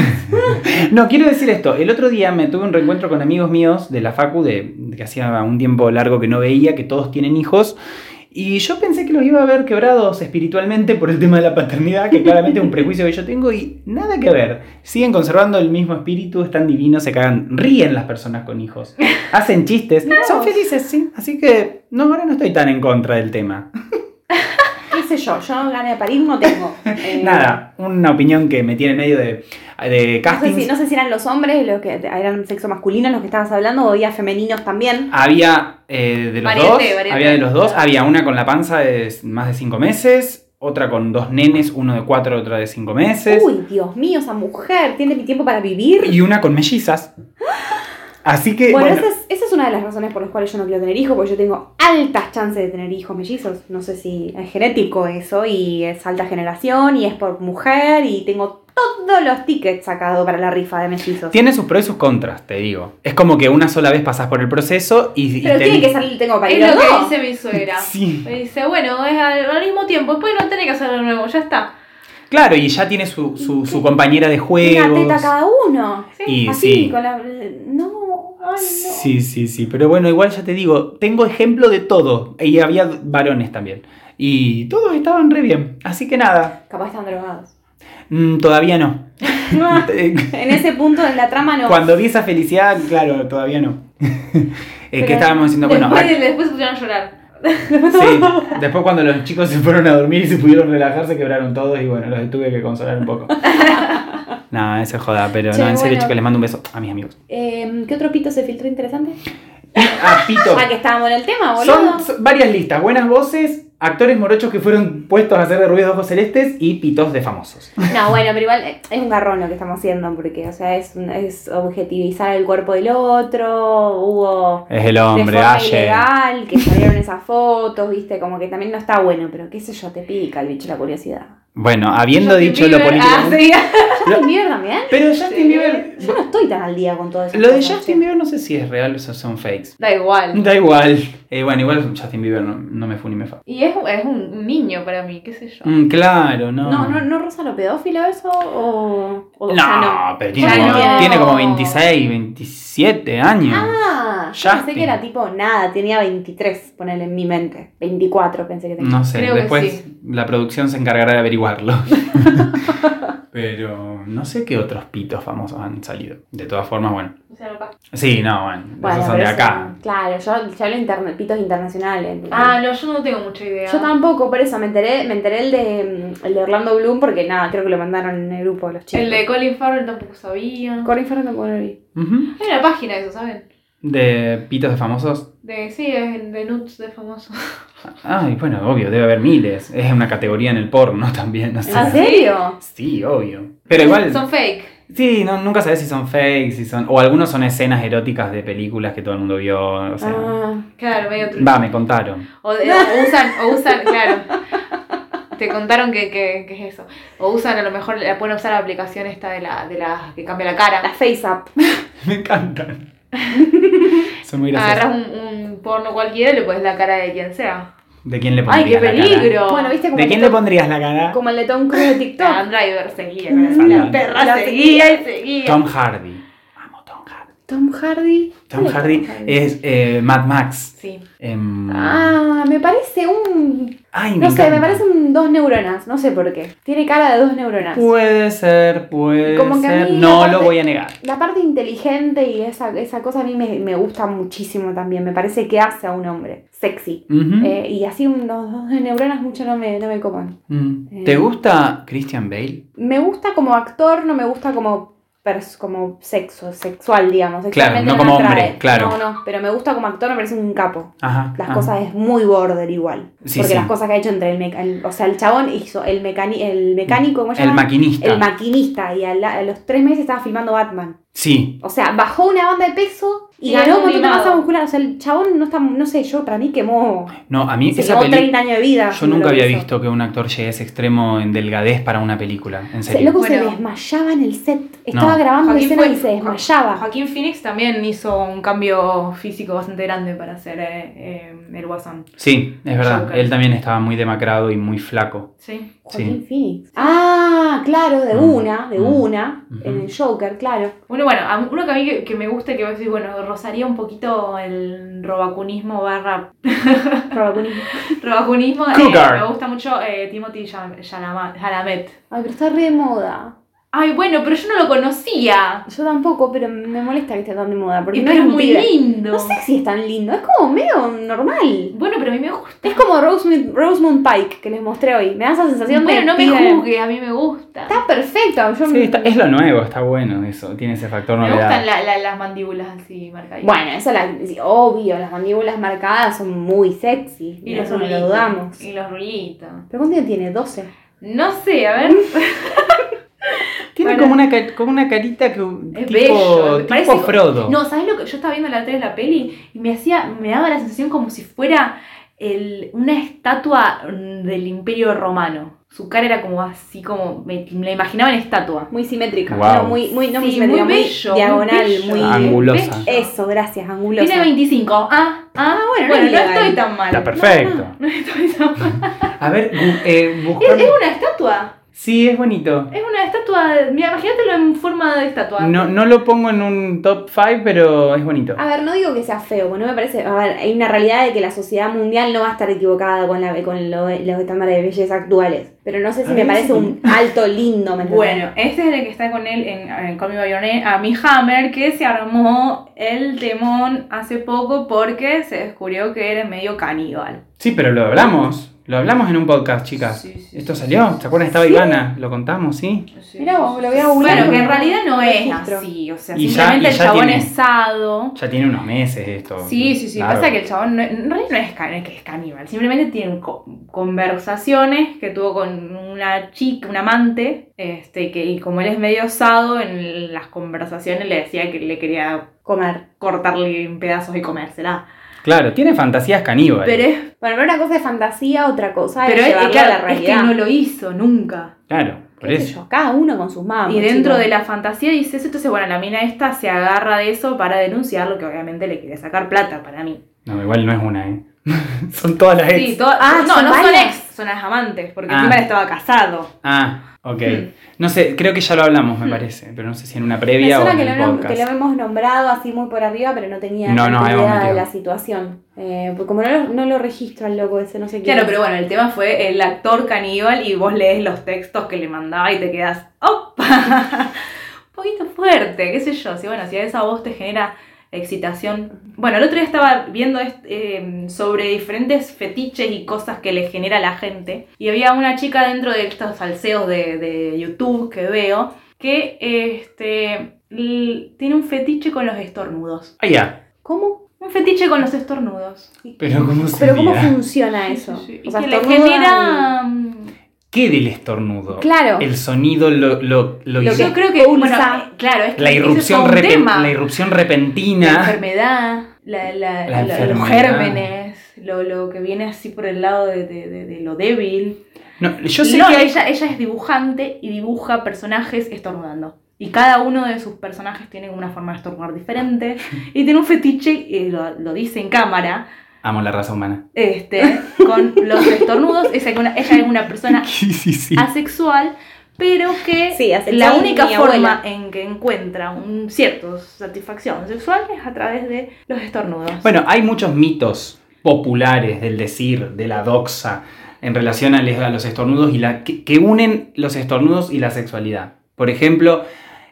S2: No, quiero decir esto. El otro día me tuve un reencuentro con amigos míos de la Facu, de, de que hacía un tiempo largo que no veía, que todos tienen hijos. Y yo pensé que los iba a ver quebrados espiritualmente por el tema de la paternidad, que claramente es un prejuicio que yo tengo y nada que ver. Siguen conservando el mismo espíritu, están divinos, se cagan, ríen las personas con hijos, hacen chistes, son felices, sí. Así que no, ahora no estoy tan en contra del tema.
S1: ¿Qué sé yo? Yo ganas de parir no tengo. Eh,
S2: Nada, una opinión que me tiene en medio de, de
S1: No sé,
S2: castings.
S1: si, no sé si eran los hombres los que eran sexo masculino los que estabas hablando o había femeninos también.
S2: Había eh, de los
S3: Variante,
S2: dos.
S3: variante.
S2: Había de los dos. Había una con la panza de s- más de cinco meses. Otra con dos nenes, uno de cuatro, otra de cinco meses.
S1: Uy, Dios mío, esa mujer tiene mi tiempo para vivir.
S2: Y una con mellizas. Así que.
S1: Bueno,
S2: bueno,
S1: Esa, es, esa es una de las razones por las cuales yo no quiero tener hijos, porque yo tengo altas chances de tener hijos mellizos. No sé si es genético eso, y es alta generación, y es por mujer, y tengo todos los tickets sacados para la rifa de mellizos.
S2: Tiene sus pros y sus contras, te digo. Es como que una sola vez pasas por el proceso y. y
S1: Pero
S2: te-
S1: tiene que salir, tengo para
S3: es
S1: ir a
S3: lo que
S1: dos.
S3: dice mi suegra.
S2: Sí.
S3: Me dice, bueno, es al, al mismo tiempo, después no tenés que hacerlo de nuevo, ya está.
S2: Claro, y ya tiene su, su, su compañera de
S1: Una teta
S2: juegos.
S1: cada uno.
S2: Y
S1: Así,
S2: sí.
S1: con la. eh, No, ay, no.
S2: Sí, sí, sí. Pero bueno, igual ya te digo, tengo ejemplo de todo. Y había varones también. Y todos estaban re bien. Así que nada,
S1: Capaz están
S2: *laughs*
S1: drogados.
S2: Mm, todavía no.
S1: en ese punto de la trama no.
S2: Cuando vi esa felicidad, claro, todavía no. *laughs* es que
S1: Pero
S2: estábamos diciendo, bueno,
S3: después,
S2: ac-
S3: después se pusieron a llorar.
S2: sí, después cuando los chicos se fueron a dormir y se pudieron relajar, se quebraron todos y bueno, los tuve que consolar un poco. no, eso es joda, pero
S1: Che,
S2: no, en serio,
S1: bueno.
S2: chicos, les mando un beso a mis amigos.
S1: Eh, ¿Qué otro pito se filtró interesante?
S2: Ah, Pito.
S1: Ah, que estábamos en el tema, boludo.
S2: Son, son varias listas, buenas voces, actores morochos que fueron puestos a hacer de ruidos de ojos celestes y pitos de famosos.
S1: No, bueno, pero igual eh, es un garrón lo que estamos haciendo, porque, o sea, es, un- es objetivizar el cuerpo del otro, hubo
S2: Es el
S1: de
S2: hombre,
S1: forma
S2: Aye.
S1: ilegal que salieron esas fotos, viste, como que también no está bueno, pero qué sé yo, te pica el bicho la curiosidad.
S2: Bueno, habiendo
S3: Justin
S2: dicho lo
S3: Bieber,
S2: político.
S3: ah, sí. *laughs*
S1: Justin Bieber también.
S2: Pero Justin
S3: Sí.
S2: Bieber.
S1: Yo no estoy tan al día con todo eso.
S2: Lo de Justin Bieber no sé si es real o si son fakes.
S3: Da igual.
S2: Da igual. Eh, bueno, igual Justin Bieber no, no me fue ni me fa.
S3: Y es, es un niño para mí, qué sé yo.
S2: Mm, claro, no.
S1: No, no, no rosa lo pedófilo eso o, o
S2: No,
S1: ya no.
S2: pero tiene,
S1: Ya
S2: como,
S1: no.
S2: tiene como 26, 27 años.
S1: Ah, yo pensé
S2: Justin.
S1: que era tipo nada, tenía 23, ponele en mi mente. 24 pensé que tenía.
S2: no sé,
S3: creo que
S2: después
S3: sí.
S2: la producción se encargará de averiguarlo. *laughs* pero no sé qué otros pitos famosos han salido. De todas formas, bueno.
S3: O sea, papá.
S2: Sí, no, bueno.
S1: Bueno,
S2: esos son
S1: pero
S2: de
S1: eso-
S2: acá.
S1: claro, yo, yo hablo interna- pitos internacionales.
S3: Ah, no, yo no tengo mucha idea.
S1: Yo tampoco, por eso me enteré, me enteré el de, mm, el de Orlando Bloom porque nada, creo que lo mandaron en el grupo los chicos.
S3: El de Colin Farrell tampoco sabía.
S1: Corey Farrell tampoco lo vi.
S2: Ujú.
S3: Hay una página de eso, ¿saben?
S2: De pitos de famosos.
S3: De, sí, es el de nudes de famoso.
S2: Ay, bueno, obvio, debe haber miles. Es una categoría en el porno también, no sé.
S1: ¿En
S3: Ah,
S1: serio?
S2: Sí, obvio. Pero igual,
S3: *laughs* Son fake.
S2: sí, no, nunca sabes si son fake, si son... O algunos son escenas eróticas de películas que todo el mundo vio, o sea...
S1: Ah.
S3: Claro, medio
S1: *laughs*
S3: truco.
S2: Va, me contaron.
S3: O, de- o usan, o usan, claro. te contaron que, que, que es eso. O usan, a lo mejor la pueden usar la aplicación esta de la, de la que cambia la cara.
S1: La face up.
S2: Me encantan. *laughs* Son muy graciosas.
S3: Agarras un, un porno cualquiera y le pones la cara de quien sea.
S2: ¿De quién le
S3: ¡Ay, qué
S2: pondrías la cara?
S3: peligro!
S1: *laughs* Bueno, ¿viste como
S2: ¿De
S1: el
S2: quién
S1: de
S2: le
S1: Tom-
S2: pondrías la cara?
S1: Como el de Tom Cruise de
S3: *laughs*
S1: TikTok.
S3: Adam Driver seguía con esa-
S2: Mm.
S3: La perra
S1: La
S3: seguía y seguía.
S2: Tom Hardy. Amo Tom Hardy.
S1: Tom Hardy.
S2: Tom
S1: ¿Cuál es
S2: Hardy es eh, Mad Max.
S3: Sí.
S2: Em,
S1: Ah, me parece un.
S2: ay,
S1: No sé, me
S2: encanta.
S1: parece un dos neuronas. No sé por qué. Tiene cara de dos neuronas.
S2: Puede ser, puede
S1: Como que a
S2: ser.
S1: mí la
S2: No
S1: parte-
S2: lo voy a negar.
S1: La parte inteligente y esa, esa cosa a mí me, me gusta muchísimo también. Me parece que hace a un hombre sexy.
S2: Ujú.
S1: Eh, y así unos dos neuronas mucho no me, no me coman.
S2: Mm.
S1: eh.
S2: ¿Te gusta Christian Bale?
S1: Me gusta como actor, no me gusta como, pers- como sexo, sexual, digamos.
S2: Claro,
S1: Sexualmente me
S2: no como
S1: atrae.
S2: hombre, claro.
S1: No, no, pero me gusta como actor, me parece un capo.
S2: Ajá. ah.
S1: Las
S2: ajá.
S1: cosas es muy border igual.
S2: Sí,
S1: porque
S2: sí.
S1: las cosas que ha hecho entre el, meca- el- O sea, el chabón hizo el, mecani- el mecánico, ¿cómo se
S2: El
S1: llama?
S2: maquinista.
S1: El maquinista. Y a, la- a los tres meses estaba filmando Batman.
S2: sí.
S1: O sea, bajó una banda de peso y,
S3: Y
S1: ganó
S3: ganó
S1: un montón de
S3: mimado.
S1: masa muscular. O sea, el chabón no está, no sé, yo para mí quemó.
S2: No, a mí
S1: Se
S2: esa
S1: llevó
S2: película.
S1: 30 años de vida.
S2: Yo
S1: haciendo
S2: nunca
S1: lo que
S2: había
S1: hizo.
S2: visto que un actor llegue a ese extremo en delgadez para una película. En
S1: Se,
S2: serio.
S1: loco se
S3: Bueno.
S1: desmayaba en el set. Estaba
S2: No.
S1: grabando
S3: Joaquín
S1: escenas
S3: fue-
S1: y se desmayaba.
S3: Ah, Joaquín Phoenix también hizo un cambio físico bastante grande para hacer eh, eh, el Guasón.
S2: Sí, es verdad.
S3: Joker.
S2: Él también estaba muy demacrado y muy flaco.
S3: Sí.
S1: Joaquín
S2: Sí.
S1: Phoenix. Ah, claro, de
S2: Mm.
S1: una, de
S2: Mm.
S1: una. En
S2: Ujú.
S1: el Joker, claro.
S3: Bueno, bueno, a- uno que a mí que, que me gusta que vos decís, bueno, rozaría un poquito el robacunismo barra
S1: Protagonismo.
S3: robacunismo. eh,
S2: Cougar.
S3: me gusta mucho eh, Timothy Chalamet- Chalamet. Chalamet.
S1: Ay, pero está re de moda.
S3: Ay, bueno, pero yo no lo conocía.
S1: Yo tampoco, pero me molesta que esté tan de moda. Porque
S3: Y
S1: no
S3: pero
S1: es
S3: es
S1: un
S3: muy
S1: pibe.
S3: lindo.
S1: No sé si es tan lindo. Es como medio normal.
S3: Bueno, pero a mí me gusta.
S1: Es como Rosemund, Rosemund Pike que les mostré hoy. Me da esa sensación
S3: Bueno,
S1: de.
S3: no me
S1: pibe.
S3: juzgue, a mí me gusta.
S1: Está perfecto. Yo
S2: Sí, está- es lo nuevo, está bueno eso. Tiene ese factor
S3: Me gustan
S2: novedad.
S3: la- la- las mandíbulas así marcaditas.
S1: Bueno, eso la- sí, obvio, las mandíbulas marcadas son muy sexy.
S3: y
S1: no
S3: los
S1: lo
S3: rulitos.
S1: dudamos.
S3: Y los rulitos.
S1: ¿Pero cuánto tiene? 12.
S3: No sé, a ver.
S2: Tiene
S3: Para-
S2: como una, ca- como una carita que,
S3: Es
S2: tipo,
S3: bello, me
S2: tipo
S3: parece-
S2: Frodo.
S3: No, ¿sabes lo que yo estaba viendo la tele de la peli? Y me hacía, me daba la sensación como si fuera el, una estatua mm, del Imperio Romano. Su cara era como así, como me, me la imaginaba en estatua.
S1: Muy simétrica.
S2: Wow.
S1: No, muy, muy, no muy
S3: Sí,
S1: simétrica, muy
S3: bello, muy
S1: diagonal,
S3: bello.
S1: muy.
S2: Angulosa.
S3: Bello.
S1: Eso, gracias, angulosa.
S3: Tiene 25. Ah, ah,
S1: bueno,
S3: bueno,
S1: no
S3: no,
S1: es legal.
S3: estoy tan mal.
S2: Está perfecto.
S3: No estoy tan mal.
S2: A ver, bu- eh,
S3: Es,
S2: buscame-
S3: es una estatua.
S2: Sí, es bonito.
S3: Es una estatua. Mira, imagínatelo en forma de estatua.
S2: No, no lo pongo en un top 5, pero es bonito.
S3: Ah.
S1: A ver, no digo que sea feo, porque no me parece. A ver, hay una realidad de que la sociedad mundial no va a estar equivocada con, la, con lo- los estándares de belleza actuales. Pero no sé si
S2: A
S1: me
S2: ver,
S1: parece
S2: sí.
S1: un alto lindo, ¿me entendés?
S3: Bueno, este es el que está con él en, en Call Me By Your Name, a mi Hammer, que se armó el temón hace poco porque se descubrió que era medio caníbal.
S2: Sí, pero lo hablamos. Lo hablamos en un podcast, chicas.
S3: Sí, sí,
S2: Esto
S3: sí,
S2: salió.
S3: sí,
S2: ¿Se acuerdan? Estaba Ivana. Lo contamos, ¿sí?
S1: Mirá vos, lo voy a googlear.
S3: Bueno, que en realidad no es
S1: Registro.
S3: así, o sea,
S2: Y ya-
S3: simplemente
S2: y
S3: el
S2: ya
S3: chabón
S2: tiene-
S3: es sado.
S2: Ya tiene unos meses esto.
S3: Sí, sí, sí,
S2: Largo.
S3: pasa que el chabón no, en realidad no es, can- es que es caníbal, simplemente tiene co- conversaciones que tuvo con una chica, un amante, este, que, y como él es medio osado, en las conversaciones le decía que le quería
S1: Comer.
S3: cortarle en pedazos y comérsela.
S2: Claro, tiene fantasías caníbales.
S3: Pero es,
S1: Bueno, pero una cosa es fantasía, otra cosa
S3: pero
S1: es
S3: es,
S1: llevarlo
S3: claro,
S1: a la
S3: es
S1: realidad.
S3: que no lo hizo nunca.
S2: Claro, por
S1: ¿Qué sé
S2: eso.
S1: yo? Cada uno con sus mamas.
S3: y dentro
S1: chicos.
S3: de la fantasía dice eso, entonces bueno, la mina esta se agarra de eso para denunciar lo que obviamente le quiere sacar plata para mí.
S2: No, igual no es una, ¿eh? *laughs* Son todas las ex.
S3: Sí, to-
S1: Ah,
S3: no,
S1: son
S3: no son
S1: varias.
S3: ex, son las amantes, porque
S2: Ah.
S3: encima él estaba casado.
S2: Ah, ok.
S3: Hmm.
S2: No sé, creo que ya lo hablamos, me parece. Pero no sé si en una
S1: Me
S2: previa o
S1: suena
S2: en
S1: que
S2: el
S1: lo, nom-
S2: podcast.
S1: que lo hemos nombrado así muy por arriba, pero no tenía
S2: No, no,
S1: ni
S2: habíamos
S1: idea de
S2: metido.
S1: la situación. Eh, porque como no lo, no lo registro al loco ese, no sé quién.
S3: Claro,
S1: es.
S3: pero bueno, el tema fue el actor caníbal y vos lees los textos que le mandaba y te quedas, ¡opa! *laughs* Un poquito fuerte, qué sé yo. Si bueno, si a esa voz te genera excitación. Bueno, el otro día estaba viendo est- eh, sobre diferentes fetiches y cosas que le genera a la gente. Y había una chica dentro de estos salseos de, de YouTube que veo que este, l- tiene un fetiche con los estornudos.
S2: Ah, ya.
S1: ¿Cómo?
S3: Un fetiche con los estornudos.
S2: Pero ¿cómo se
S1: Pero ¿cómo funciona Ah, eso?
S3: Sí, sí, sí.
S1: O
S3: Y
S1: sea,
S3: que le
S1: estornuda
S3: genera... mm,
S2: ¿Qué del estornudo?
S1: Claro.
S2: El sonido lo, lo,
S1: Lo
S2: lo hizo-
S1: que-
S3: yo creo que,
S1: expulsa.
S3: bueno, eh, claro, es que
S2: La
S3: ese es
S2: irrupción,
S3: todo un
S2: repen-
S3: tema.
S2: la irrupción
S3: La
S2: repentina.
S3: enfermedad, la- la-
S2: La
S3: la-
S2: enfermedad.
S3: los gérmenes, lo, lo que viene así por el lado de, de- de- de lo débil.
S2: No, yo sé
S3: no,
S2: que hay-
S3: ella, ella es dibujante y dibuja personajes estornudando. Y cada uno de sus personajes tiene como una forma de estornudar diferente. Y tiene un fetiche, y lo, lo dice en cámara,
S2: Amo la raza humana. *laughs*
S3: este, con los estornudos. Es alguna- ella es
S2: *laughs*
S3: una persona
S2: Sí, sí, sí.
S3: asexual, pero que
S1: Sí, asexual
S3: la
S1: es
S3: única
S1: mi
S3: forma
S1: abuela.
S3: en que encuentra un cierto satisfacción sexual es a través de los estornudos.
S2: Bueno, hay muchos mitos populares del decir, de la doxa, en relación a, les- a los estornudos y la que, que unen los estornudos y la sexualidad. Por ejemplo,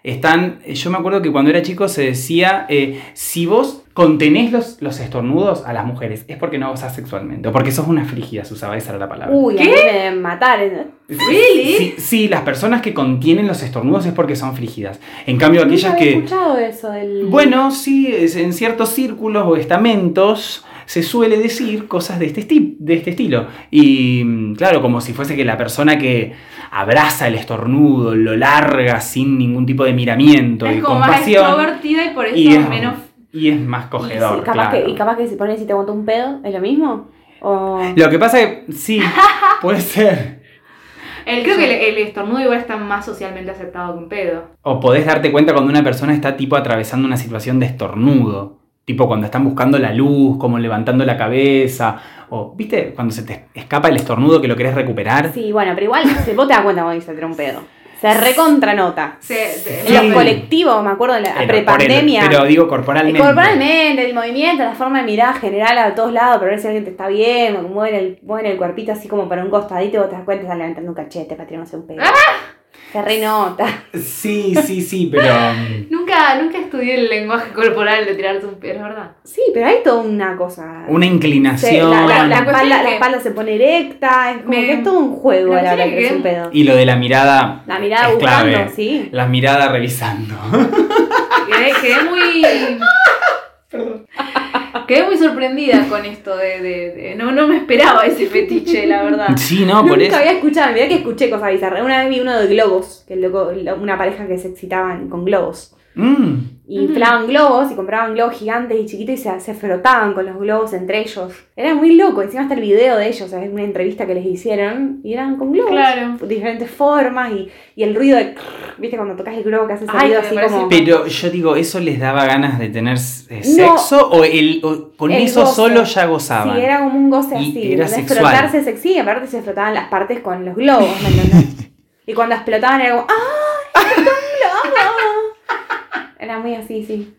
S2: están, yo me acuerdo que cuando era chico se decía, eh, si vos contenés los, los estornudos a las mujeres, es porque no abusás sexualmente, o porque sos una frígida, se usaba esa era la palabra.
S1: Uy, a mí me deben matar. ¿eh?
S3: ¿Really?
S2: Sí, sí, las personas que contienen los estornudos es porque son frígidas. En cambio, aquellas
S1: Nunca
S2: que...
S1: había escuchado eso del...
S2: Bueno, sí, es- en ciertos círculos o estamentos se suele decir cosas de este, esti- de este estilo. Y mm, claro, como si fuese que la persona que abraza el estornudo, lo larga sin ningún tipo de miramiento y
S3: es como más
S2: compasión.
S3: extrovertida y por eso
S2: Y es,
S3: menos...
S2: y es más
S1: Y sí,
S2: cogedor,
S1: capaz
S2: claro.
S1: que, y capaz que si pones y te aguanta un pedo, ¿es lo mismo? O...
S2: Lo que pasa es
S1: *laughs*
S2: que sí, puede ser.
S3: El, creo que el, el estornudo igual está más socialmente aceptado que un pedo.
S2: O podés darte cuenta cuando una persona está tipo atravesando una situación de estornudo. Tipo cuando están buscando la luz, como levantando la cabeza. O, ¿viste? Cuando se te escapa el estornudo que lo querés recuperar.
S1: *laughs* Sí, bueno, pero igual se, vos te das cuenta cuando se tira un pedo. Se recontranota.
S3: Se, se-
S1: En
S2: Sí.
S1: los colectivos, me acuerdo, en la
S2: Pero
S1: prepandemia. eh,
S2: por el- Pero digo corporalmente.
S1: Corporalmente, el movimiento, la forma de mirar general a todos lados, pero ver si alguien te está bien, o mueven el, mueven el cuerpito así como para un costadito y vos te das cuenta, están levantando un cachete para tirarse un pedo.
S3: ¡Ah!
S1: Se renota.
S2: Sí, sí, sí, pero. um,
S3: Nunca, nunca estudié el lenguaje *laughs* corporal de tirarte un pedo, es verdad.
S1: Sí, pero hay toda una cosa.
S2: Una
S1: Se- la,
S2: inclinación.
S1: la- la
S3: La cuestión
S1: espalda,
S3: es
S1: la
S3: que-
S1: espalda se pone erecta, es como
S3: Me-
S1: que es todo un juego
S3: la
S1: a la hora
S3: cuestión
S1: de
S3: es
S1: tirarse
S3: que-
S1: un pedo.
S2: Y lo de la mirada.
S1: La mirada
S2: es
S1: buscando,
S2: clave.
S1: sí.
S2: La mirada revisando.
S3: Quedé, quedé muy.
S2: *laughs*
S3: Quedé muy sorprendida con esto de. de- de- no, no me esperaba ese fetiche, la verdad.
S2: *laughs* Sí, no, por
S1: Ah. Nunca
S2: eso.
S1: había escuchado, mirá que escuché cosas bizarras. Una vez vi uno de globos, que el loco, lo- una pareja que se excitaban con globos.
S2: Mm,
S1: Y inflaban globos y compraban globos gigantes y chiquitos y se, se frotaban con los globos entre ellos. Era muy loco, encima hasta el video de ellos, es una entrevista que les hicieron y eran con globos.
S3: Claro.
S1: Diferentes formas y, y el ruido de... crrr, ¿Viste cuando tocas el globo que hace ese
S3: Ay,
S1: ruido
S3: que
S1: así
S3: me parece
S1: como...
S2: Pero yo digo, ¿eso les daba ganas de tener eh,
S1: No.
S2: sexo? ¿O, el, o con
S1: El
S2: eso
S1: goce.
S2: solo ya gozaban?
S1: Sí, era como un goce
S2: Y
S1: así.
S2: era
S1: ¿entendés?
S2: sexual.
S1: Frotarse sexy y aparte se frotaban las partes con los globos, ¿me entendés?
S2: *laughs*
S1: y cuando explotaban era como ¡Ah! explotó un globo! Era muy así, sí.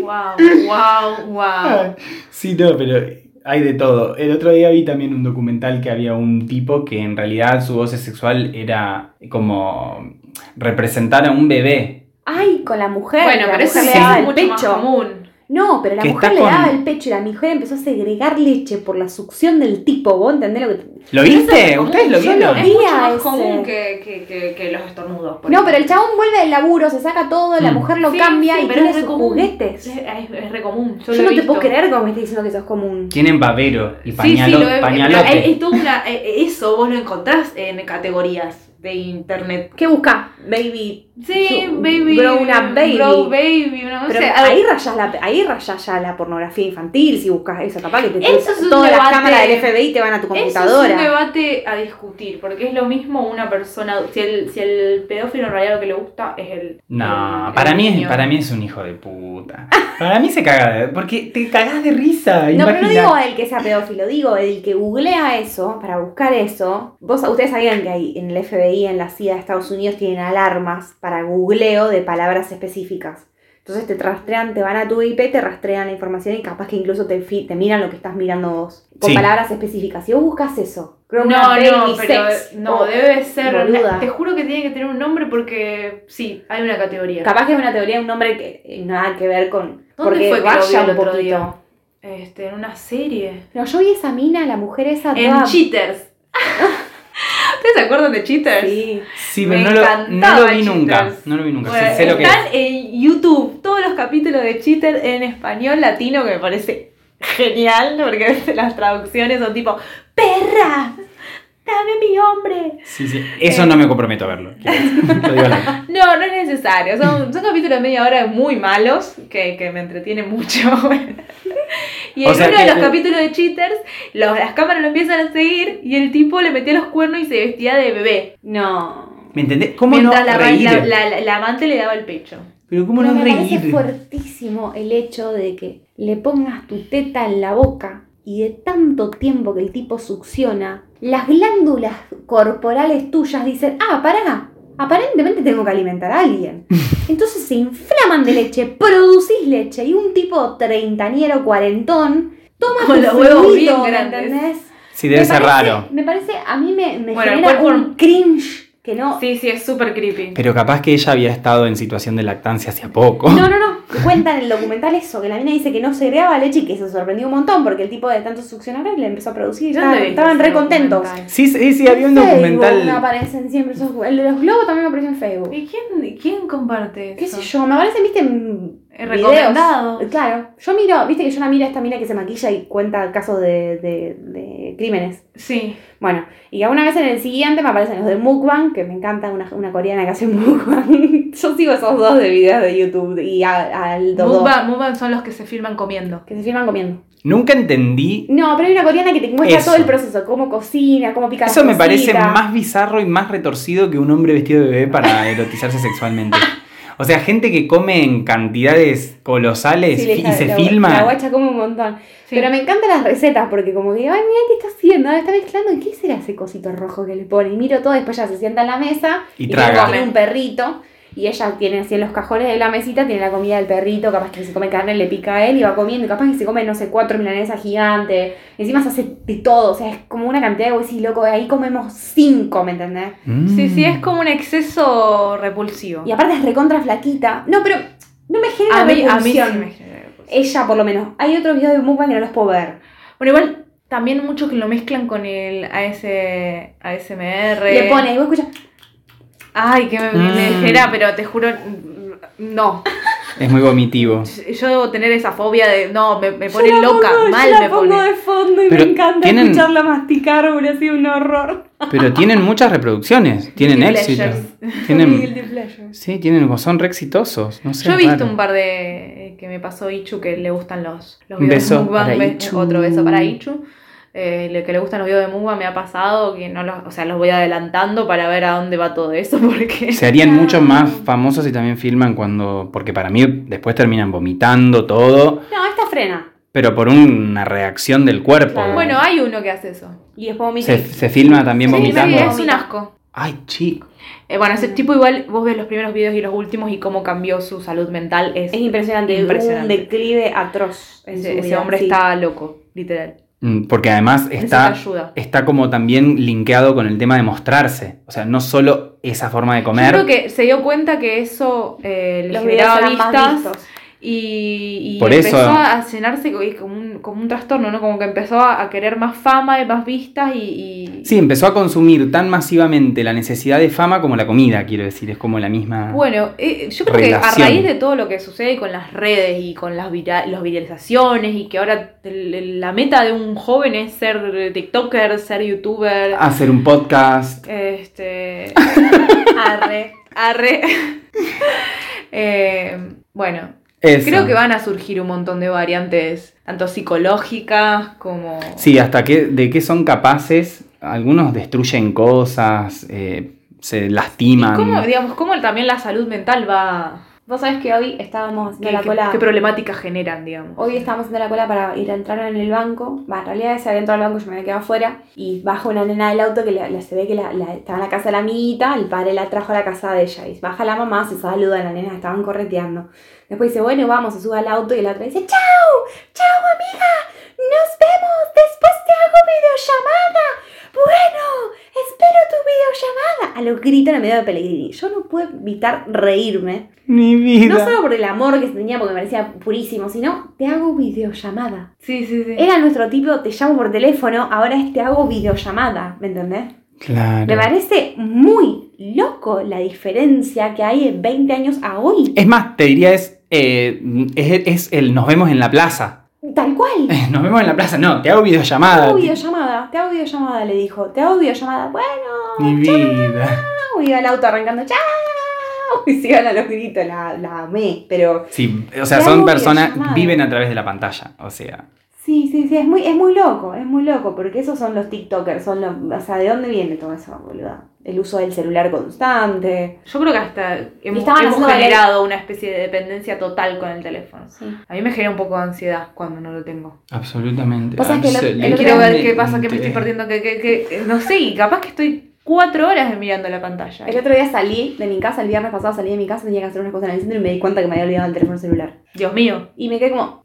S3: ¡Wow! ¡Wow! ¡Wow!
S2: Sí, no, pero hay de todo. El otro día vi también un documental que había un tipo que en realidad su voz sexual era como representar a un bebé.
S1: Ay, con la mujer.
S3: Bueno,
S1: la
S3: pero eso
S1: mujer
S3: es
S1: le daba el
S3: mucho más
S1: pecho.
S3: común.
S1: No, pero la
S2: Que
S1: mujer
S2: está
S1: le
S2: con-
S1: daba el pecho y la mujer empezó a segregar leche por la succión del tipo. ¿Vos entendés lo que.?
S2: ¿Lo
S3: Eso es
S2: viste?
S3: común,
S2: Eh, ¿Ustedes lo
S3: yo
S2: vieron?
S3: Es
S1: vi
S3: mucho
S1: a
S3: más
S1: ese.
S3: común que, que, que, que los estornudos. por
S1: No, pero el
S3: ejemplo.
S1: chabón vuelve del laburo, se saca todo, la
S2: Mm.
S1: mujer lo
S3: Sí,
S1: cambia
S3: sí,
S1: y
S3: pero
S1: tiene
S3: es re
S1: sus
S3: común.
S1: juguetes.
S3: Es, es- es re común.
S1: Yo,
S3: Yo, lo he
S1: no te
S3: visto.
S1: puedo creer cómo me estás diciendo que sos común.
S2: Tienen babero y
S3: Sí, sí,
S2: pañalo,
S3: lo he-
S2: pañalote.
S3: es- es toda una- eh, Eso vos lo encontrás en categorías de internet.
S1: ¿Qué buscas? Baby
S3: Sí,
S1: Yo-
S3: baby.
S1: grow una baby.
S3: Grow baby, una cosa.
S1: Pero
S3: algo-
S1: ahí rayas la ahí rayas ya la pornografía infantil si buscas eso, capaz que te
S3: Eso es un
S1: todas las
S3: debate.
S1: cámaras del FBI te van a tu
S3: Eso es un
S1: computadora.
S3: debate a discutir, porque es lo mismo una persona. Si el, si el pedófilo en realidad lo que le gusta es el.
S2: No,
S3: el-
S2: para
S3: el
S2: mí, es,
S3: niño.
S2: para mí es un hijo de puta. Para mí se caga de... Porque te cagás de risa,
S1: no, pero no
S2: imagina.
S1: digo el que sea pedófilo, digo el que googlea eso para buscar eso. Vos, ustedes sabían que hay en el FBI, en la CIA de Estados Unidos tienen alarmas para googleo de palabras específicas. Entonces te rastrean, te van a tu IP, te rastrean la información y capaz que incluso te, fi- te miran lo que estás mirando vos. Con
S2: Sí.
S1: palabras específicas. Si vos buscas eso,
S3: No,
S1: grown up
S3: no,
S1: baby
S3: pero.
S1: sex,
S3: No,
S1: o-
S3: debe ser.
S1: boluda.
S3: Te juro que tiene que tener un nombre porque. Sí, hay una categoría.
S1: Capaz que es una teoría, un nombre que eh, nada que ver con.
S3: ¿Dónde
S1: porque
S3: fue que lo vi
S1: vaya
S3: el
S1: un
S3: otro
S1: poquito.
S3: día? Este, en una serie.
S1: No, yo vi esa mina, la mujer esa
S3: En
S1: toda- *laughs*
S3: Cheaters. ¿Ustedes se acuerdan de Cheaters?
S1: Sí.
S2: Sí,
S3: Me
S2: pero no lo, no
S3: encantaba
S2: lo vi
S3: Cheaters.
S2: nunca. No lo vi nunca.
S3: Bueno,
S2: sí, sé lo que es.
S3: están en YouTube todos los capítulos de Cheater en español latino que me parece genial porque a veces las traducciones son tipo perra dame mi hombre.
S2: Sí, sí. Eso no me comprometo a verlo. quiero
S3: *laughs*
S2: decir. Lo digo al aire.
S3: No, no es necesario. Son, son capítulos de media hora muy malos que, que me entretienen mucho. *laughs* y en
S2: O sea
S3: uno
S2: que-
S3: de los capítulos de Cheaters, los, las cámaras lo empiezan a seguir y el tipo le metía los cuernos y se vestía de bebé.
S1: No.
S2: ¿Me entendés? ¿Cómo
S3: Mientras
S2: no
S3: la,
S2: reír?
S3: la- la- la- la amante le daba el pecho.
S2: Pero ¿cómo
S1: Pero
S2: no,
S1: me parece
S2: reír?
S1: fuertísimo el hecho de que le pongas tu teta en la boca y de tanto tiempo que el tipo succiona, las glándulas corporales tuyas dicen, ah, pará, aparentemente tengo que alimentar a *laughs* alguien. Entonces se inflaman de leche, producís leche y un tipo treintañero, cuarentón, toma
S3: *laughs* Con
S1: tu
S3: los huevos bien
S1: fluido, ¿me
S3: grandes.
S1: entendés?
S2: Sí, debe
S1: Me
S2: ser
S1: parece-
S2: raro.
S1: Me parece, a mí me, me
S3: Bueno, el
S1: genera
S3: cuerpo-
S1: un cringe que no...
S3: Sí, sí, es súper creepy.
S2: Pero capaz que ella había estado en situación de lactancia hacía poco.
S1: No, no, no. Cuentan en el documental eso, que la mina dice que no segregaba leche y que se sorprendió un montón porque el tipo de tanto succionar le empezó a producir y
S3: Yo no
S1: estaban,
S3: he visto
S1: estaban
S3: ese
S1: re contentos.
S2: *laughs*
S3: documental.
S2: Sí, sí, sí, había un
S1: En Facebook
S2: documental.
S1: me aparecen siempre esos El de los globos también me aparece en Facebook.
S3: ¿Y quién, quién comparte
S1: ¿Qué
S3: eso?
S1: sé yo? Me aparecen, viste, en
S3: Eh,
S1: videos.
S3: recomendados.
S1: Claro. Yo miro, viste que yo la miro a esta mina que se maquilla y cuenta casos de, de- de crímenes.
S3: Sí.
S1: Bueno, y alguna vez en el siguiente me aparecen los de Mukbang, que me encanta, una, una coreana que hace *laughs* Mukbang. Yo sigo esos dos de videos de YouTube y a- al Dodo.
S3: Mukbang mukbang son los que se filman comiendo.
S1: Que se filman comiendo.
S2: Nunca entendí.
S1: No, pero hay una coreana que te muestra
S2: Eso.
S1: todo el proceso, cómo cocina, cómo pica las
S2: Eso me parece
S1: cositas.
S2: más bizarro y más retorcido que un hombre vestido de bebé para erotizarse sexualmente. O sea, gente que come en cantidades colosales
S1: Sí, le
S2: fi-
S1: está-
S2: y se
S1: la-
S2: filma.
S1: La guacha come un montón.
S3: Sí.
S1: Pero me encantan las recetas porque como que, ay, mira qué está haciendo, Ah, está mezclando, ¿qué será ese cosito rojo que le pone? Y miro todo, después ella se sienta en la mesa
S2: Y
S1: tiene-
S2: traga.
S1: tiene un perrito. Y ella tiene así en los cajones de la mesita, tiene la comida del perrito, capaz que se come carne, le pica a él y va comiendo, y capaz que se come, no sé, cuatro milanesas gigantes. Encima se hace de todo, o sea, es como una cantidad de vos decís, loco, ahí comemos cinco, ¿me entendés?
S2: Mm.
S3: Sí, sí, es como un exceso repulsivo.
S1: Y aparte es recontra flaquita. No, pero no me genera
S3: A mí, a mí sí
S1: repulsión.
S3: me genera repulsión.
S1: Ella, por lo menos. Hay otros videos de mukbang que no los puedo ver.
S3: Bueno, igual también mucho que lo mezclan con el AS, ASMR.
S1: Le pone, y vos escuchas,
S3: Ay, que me, me
S2: Mm.
S3: genera, pero te juro, mm, no.
S2: Es muy vomitivo.
S3: Yo tener esa fobia de, no, me, me pone loca, mal me pone.
S1: fondo y
S2: Pero tienen-
S1: masticar, hubiera sido un horror.
S2: Pero tienen muchas reproducciones, tienen
S3: Guilty
S2: éxito.
S3: pleasures.
S1: *laughs*
S2: Tienen,
S1: Guilty pleasures.
S2: sí, tienen, son re exitosos. No sé,
S3: Yo he visto
S2: raro.
S3: un par de eh, que me pasó Ichu que le gustan los, los
S2: Un
S3: videos
S2: beso
S3: de mukbang.
S2: para
S3: be-
S2: Ichu.
S3: Otro beso para Ichu. Eh, le- que le gustan los videos de mukbang me ha pasado que no los, o sea, los voy adelantando para ver a dónde va todo eso *laughs* porque
S2: Se harían
S1: Claro.
S2: mucho más famosos si también filman cuando. Porque para mí después terminan vomitando todo,
S1: No, esta frena.
S2: pero por una reacción del cuerpo.
S1: Claro.
S3: bueno, hay uno que hace eso.
S1: Y después vomita.
S2: se, se filma también
S3: Sí,
S2: vomitando.
S3: sí, es un asco.
S2: Ay, chico.
S3: Eh, bueno, ese tipo igual, vos ves los primeros videos y los últimos y cómo cambió su salud mental. Es,
S1: Es impresionante.
S3: Impresionante.
S1: Un declive atroz. en su
S3: ese, ese
S1: vida,
S3: hombre
S1: sí.
S3: está loco, literal.
S2: Mm, Porque además
S3: Necesita
S2: está,
S3: ayuda.
S2: está como también linkeado con el tema de mostrarse. O sea, no solo esa forma de
S3: Yo
S2: comer.
S3: creo que se dio cuenta que eso eh, le
S1: Los videos
S3: generaba
S1: eran más
S3: vistas
S1: vistos.
S3: y, y
S2: Por eso-
S3: empezó a llenarse co- como un, como un trastorno, ¿no? Como que empezó a a querer más fama y más vistas y, y-
S2: Sí, empezó a consumir tan masivamente la necesidad de fama como la comida, quiero decir, es como la misma.
S3: Bueno, eh, yo creo que
S2: Ah. Relación.
S3: a raíz de todo lo que sucede con las redes y con las vira- las viralizaciones y que ahora el- el- la meta de un joven es ser TikToker, ser YouTuber,
S2: Hacer un podcast. *laughs*
S3: este... arre, arre. *laughs* Eh, bueno,
S2: eso.
S3: creo que van a surgir un montón de variantes, tanto psicológicas como...
S2: Sí, hasta que, de qué son capaces. Algunos destruyen cosas, eh, se
S3: Y
S2: lastiman.
S3: cómo, digamos, cómo también la salud mental va...
S1: Vos sabés que hoy estábamos haciendo
S3: ¿Qué,
S1: la
S3: qué-
S1: cola.
S3: qué problemáticas generan, digamos?
S1: Hoy estábamos haciendo la cola para ir a entrar en el banco. Va, en realidad se había entrado al banco, yo me había quedado afuera. Y baja una nena del auto que la- la- se ve que la, la- estaba en la casa de la amiguita, el padre la trajo a la casa de ella. Y baja la mamá, se saluda, las nenas estaban correteando. Después dice, bueno, vamos, se sube al auto y la otra dice, ¡Chao! ¡Chao, amiga! ¡Nos vemos! ¡Después te hago videollamada! ¡Bueno! ¡Espero tu videollamada! A los gritos en el medio de Pellegrini. Yo no pude evitar reírme.
S2: Mi vida.
S1: No solo por el amor que se tenía porque me parecía purísimo, sino te hago videollamada.
S3: Sí, sí, sí.
S1: Era nuestro tipo, te llamo por teléfono, ahora es te hago videollamada, ¿me entendés?
S2: Claro.
S1: Me parece muy loco la diferencia que hay en 20 años a hoy.
S2: Es más, te diría es, eh, es, es el nos vemos en la plaza. *laughs*
S1: Tal cual.
S2: Nos vemos en la plaza. No, te hago
S1: Te
S2: videollamada.
S1: hago videollamada, te hago videollamada, le dijo. Te hago videollamada. Bueno,
S2: Mi vida.
S1: chao. Y iba el auto arrancando, chao. *laughs* Y se iban a los gritos, la, la amé. Pero
S2: Sí, o sea,
S1: Te
S2: son
S1: hago
S2: personas,
S1: videollamada.
S2: viven a través de la pantalla. O sea,
S1: sí, sí, sí, es muy, es muy loco, es muy loco, porque esos son los TikTokers, son los. O sea, ¿de dónde viene todo eso, boludo? El uso del celular constante.
S3: Yo creo que hasta hemos,
S1: estaban
S3: hemos
S1: haciendo
S3: generado una especie de dependencia total con el teléfono.
S1: Sí.
S3: A mí me genera un poco de ansiedad cuando no lo tengo.
S2: absolutamente.
S1: Pasa que el otro- el
S3: Y
S1: Pero
S3: quiero ver
S2: absolutamente.
S3: qué pasa, qué me estoy perdiendo, que, que, que- no sé, y capaz que estoy cuatro horas mirando la pantalla.
S1: El otro día salí de mi casa, el viernes pasado salí de mi casa, tenía que hacer unas cosas en el centro y me di cuenta que me había olvidado el teléfono celular.
S3: Dios mío.
S1: Y me quedé
S3: *laughs*
S1: como,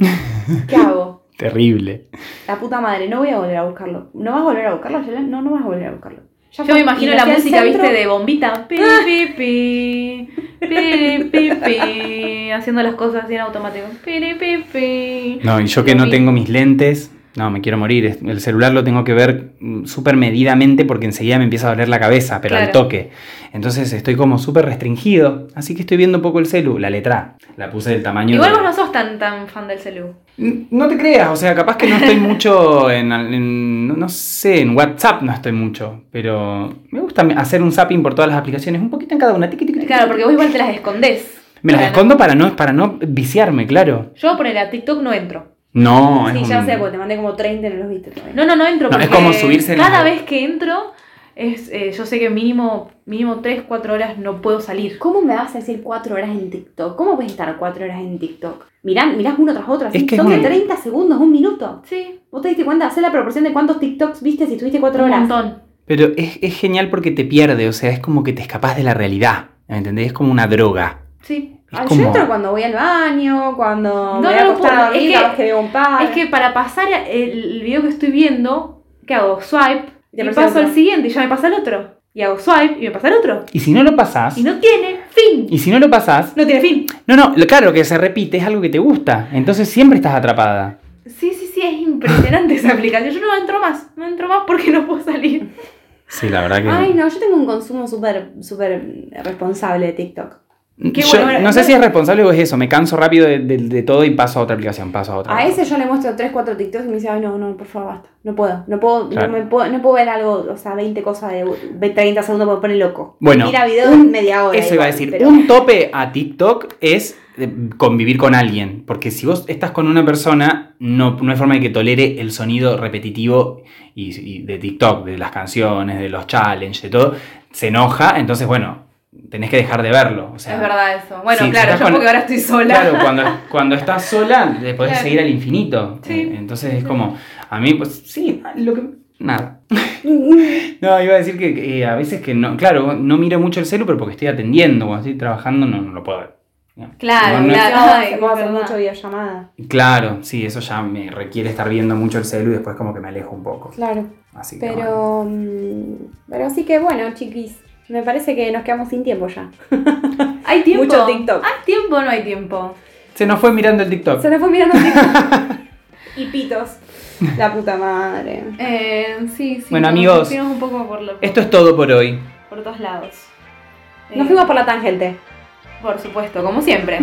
S1: ¿qué hago?
S2: Terrible.
S1: La puta madre, no voy a volver a buscarlo. ¿No vas a volver a buscarlo, Yelena? No, no vas a volver a buscarlo. Ya
S3: Yo
S1: fue.
S3: me
S1: Y
S3: imagino
S1: me
S3: la
S1: fui al
S3: música,
S1: centro. Ah.
S3: viste, de bombita. Pi, pi, pi, pi, pi, pi, *laughs* haciendo las cosas así en automático. Pi, pi, pi.
S2: No, y yo que no tengo mis lentes, no, me quiero morir. Es- El celular lo tengo que ver mm, súper medidamente porque enseguida me empieza a doler la cabeza, pero al
S3: Claro.
S2: toque. Entonces estoy como súper restringido. Así que estoy viendo un poco el celu, la letra. A. La puse del tamaño.
S3: Igual
S2: de-
S3: vos no sos tan, tan fan del celu.
S2: N- No te creas, o sea, capaz que no estoy mucho en, al- en- no- no sé, en WhatsApp no estoy mucho, pero me gusta hacer un zapping por todas las aplicaciones, un poquito en cada una. tiqui, tiqui, tiqui.
S3: Claro, porque vos igual te las escondés.
S2: Me las
S3: Para no-
S2: escondo para no, para no viciarme, claro.
S3: Yo por el TikTok no entro.
S2: No,
S1: Sí,
S2: es
S1: ya
S2: un-
S1: sé, porque te mandé como 30 y no los viste todavía.
S3: No, no, no entro
S2: No, es
S3: porque
S2: como subirse en las-
S3: cada vez que entro, es, eh, yo sé que mínimo, mínimo 3, 4 horas no puedo salir.
S1: ¿Cómo me vas a decir 4 horas en TikTok? ¿Cómo puedes estar 4 horas en TikTok? Mirán, mirás uno tras otro, así,
S2: Es que es
S1: son de
S2: un-
S1: 30 segundos, un minuto.
S3: Sí,
S1: ¿Vos te diste cuenta? Hacé la proporción de cuántos TikToks viste si estuviste 4
S3: un
S1: horas.
S3: montón.
S2: Pero es, es genial porque te pierde, o sea, es como que te escapas de la realidad, ¿me entendés? Es como una droga.
S3: Sí.
S2: Es
S1: Al
S2: como-
S1: centro Ah, cuando voy al baño, cuando
S3: No,
S1: me voy
S3: no
S1: a
S3: lo
S1: acostar
S3: puedo-
S1: a dormir,
S3: es que-
S1: capaz que veo un par.
S3: Es que para pasar el video que estoy viendo, ¿qué hago? Swipe.
S1: Y te
S3: Y
S1: aparece
S3: paso
S1: otro.
S3: al siguiente y ya me pasa el otro. Y hago swipe y me pasa el otro.
S2: Y si no lo pasás,
S3: Y no tiene fin.
S2: y si no lo pasás,
S3: No tiene fin.
S2: no, no, lo- claro, lo que se repite es algo que te gusta, entonces siempre estás atrapada.
S3: Sí, sí, sí, es impresionante *laughs* esa aplicación. Yo no entro más. No entro más porque no puedo salir.
S2: Sí, la verdad que...
S1: Ay, no, yo tengo un consumo súper, súper responsable de TikTok.
S3: Qué
S2: Yo
S3: bueno, bueno,
S2: no sé
S3: no-
S2: si es responsable o es eso, me canso rápido de, de- de todo y paso a otra aplicación, paso a otra.
S1: A ese yo le muestro 3, 4 TikToks y me dice, ay, no, no, por favor, basta. No puedo, no puedo,
S2: Claro.
S1: no, me puedo no puedo ver algo, o sea, 20 cosas de 30 segundos me pone loco.
S2: Bueno,
S1: Mira videos
S2: un-
S1: media hora.
S2: Eso iba a
S1: igual,
S2: decir,
S1: pero-
S2: un tope a TikTok es eh, convivir con alguien, porque si vos estás con una persona, no, no hay forma de que tolere el sonido repetitivo y, y de TikTok, de las canciones, de los challenges, de todo, se enoja, entonces bueno, tenés que dejar de verlo. O sea,
S3: Es verdad eso. Bueno,
S2: Sí, si
S3: claro,
S2: estás
S3: yo
S2: con-
S3: porque ahora estoy sola.
S2: Claro, cuando, cuando estás sola, le podés
S3: Claro.
S2: seguir al infinito.
S3: Sí.
S2: Eh, Entonces es como, a mí, pues sí, lo que... Nada.
S1: *laughs*
S2: No, iba a decir que, que, eh, a veces que no, claro, no miro mucho el celu, pero porque estoy atendiendo, cuando estoy trabajando no, no lo puedo ver.
S3: Claro,
S2: No, no-
S3: claro. Ay,
S1: Ay, puedo hacer
S3: verdad.
S1: mucho videollamada.
S2: Claro, sí, eso ya me requiere estar viendo mucho el celu y después como que me alejo un poco.
S1: Claro,
S2: Así que bueno.
S1: pero. mm, Pero así que bueno, chiquis. Me parece que nos quedamos sin tiempo ya.
S3: ¿Hay tiempo?
S1: Mucho TikTok.
S3: ¿Hay tiempo o no hay tiempo?
S2: Se nos fue mirando el TikTok.
S1: Se nos fue mirando TikTok. *laughs* y pitos. La puta madre. *laughs*
S3: Eh, sí, sí.
S2: Bueno,
S3: nos
S2: amigos,
S3: fuimos un poco por, lo-
S2: Esto es todo por hoy.
S3: por todos lados. Eh,
S1: Nos fuimos por la tangente.
S3: Por supuesto, como siempre.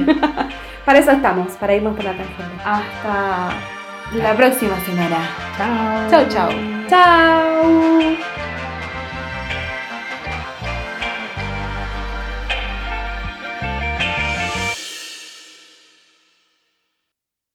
S1: Para eso estamos, para irnos por la tangente.
S3: Hasta la próxima semana.
S2: Chao.
S3: Chau, chau.
S1: ¡Chao!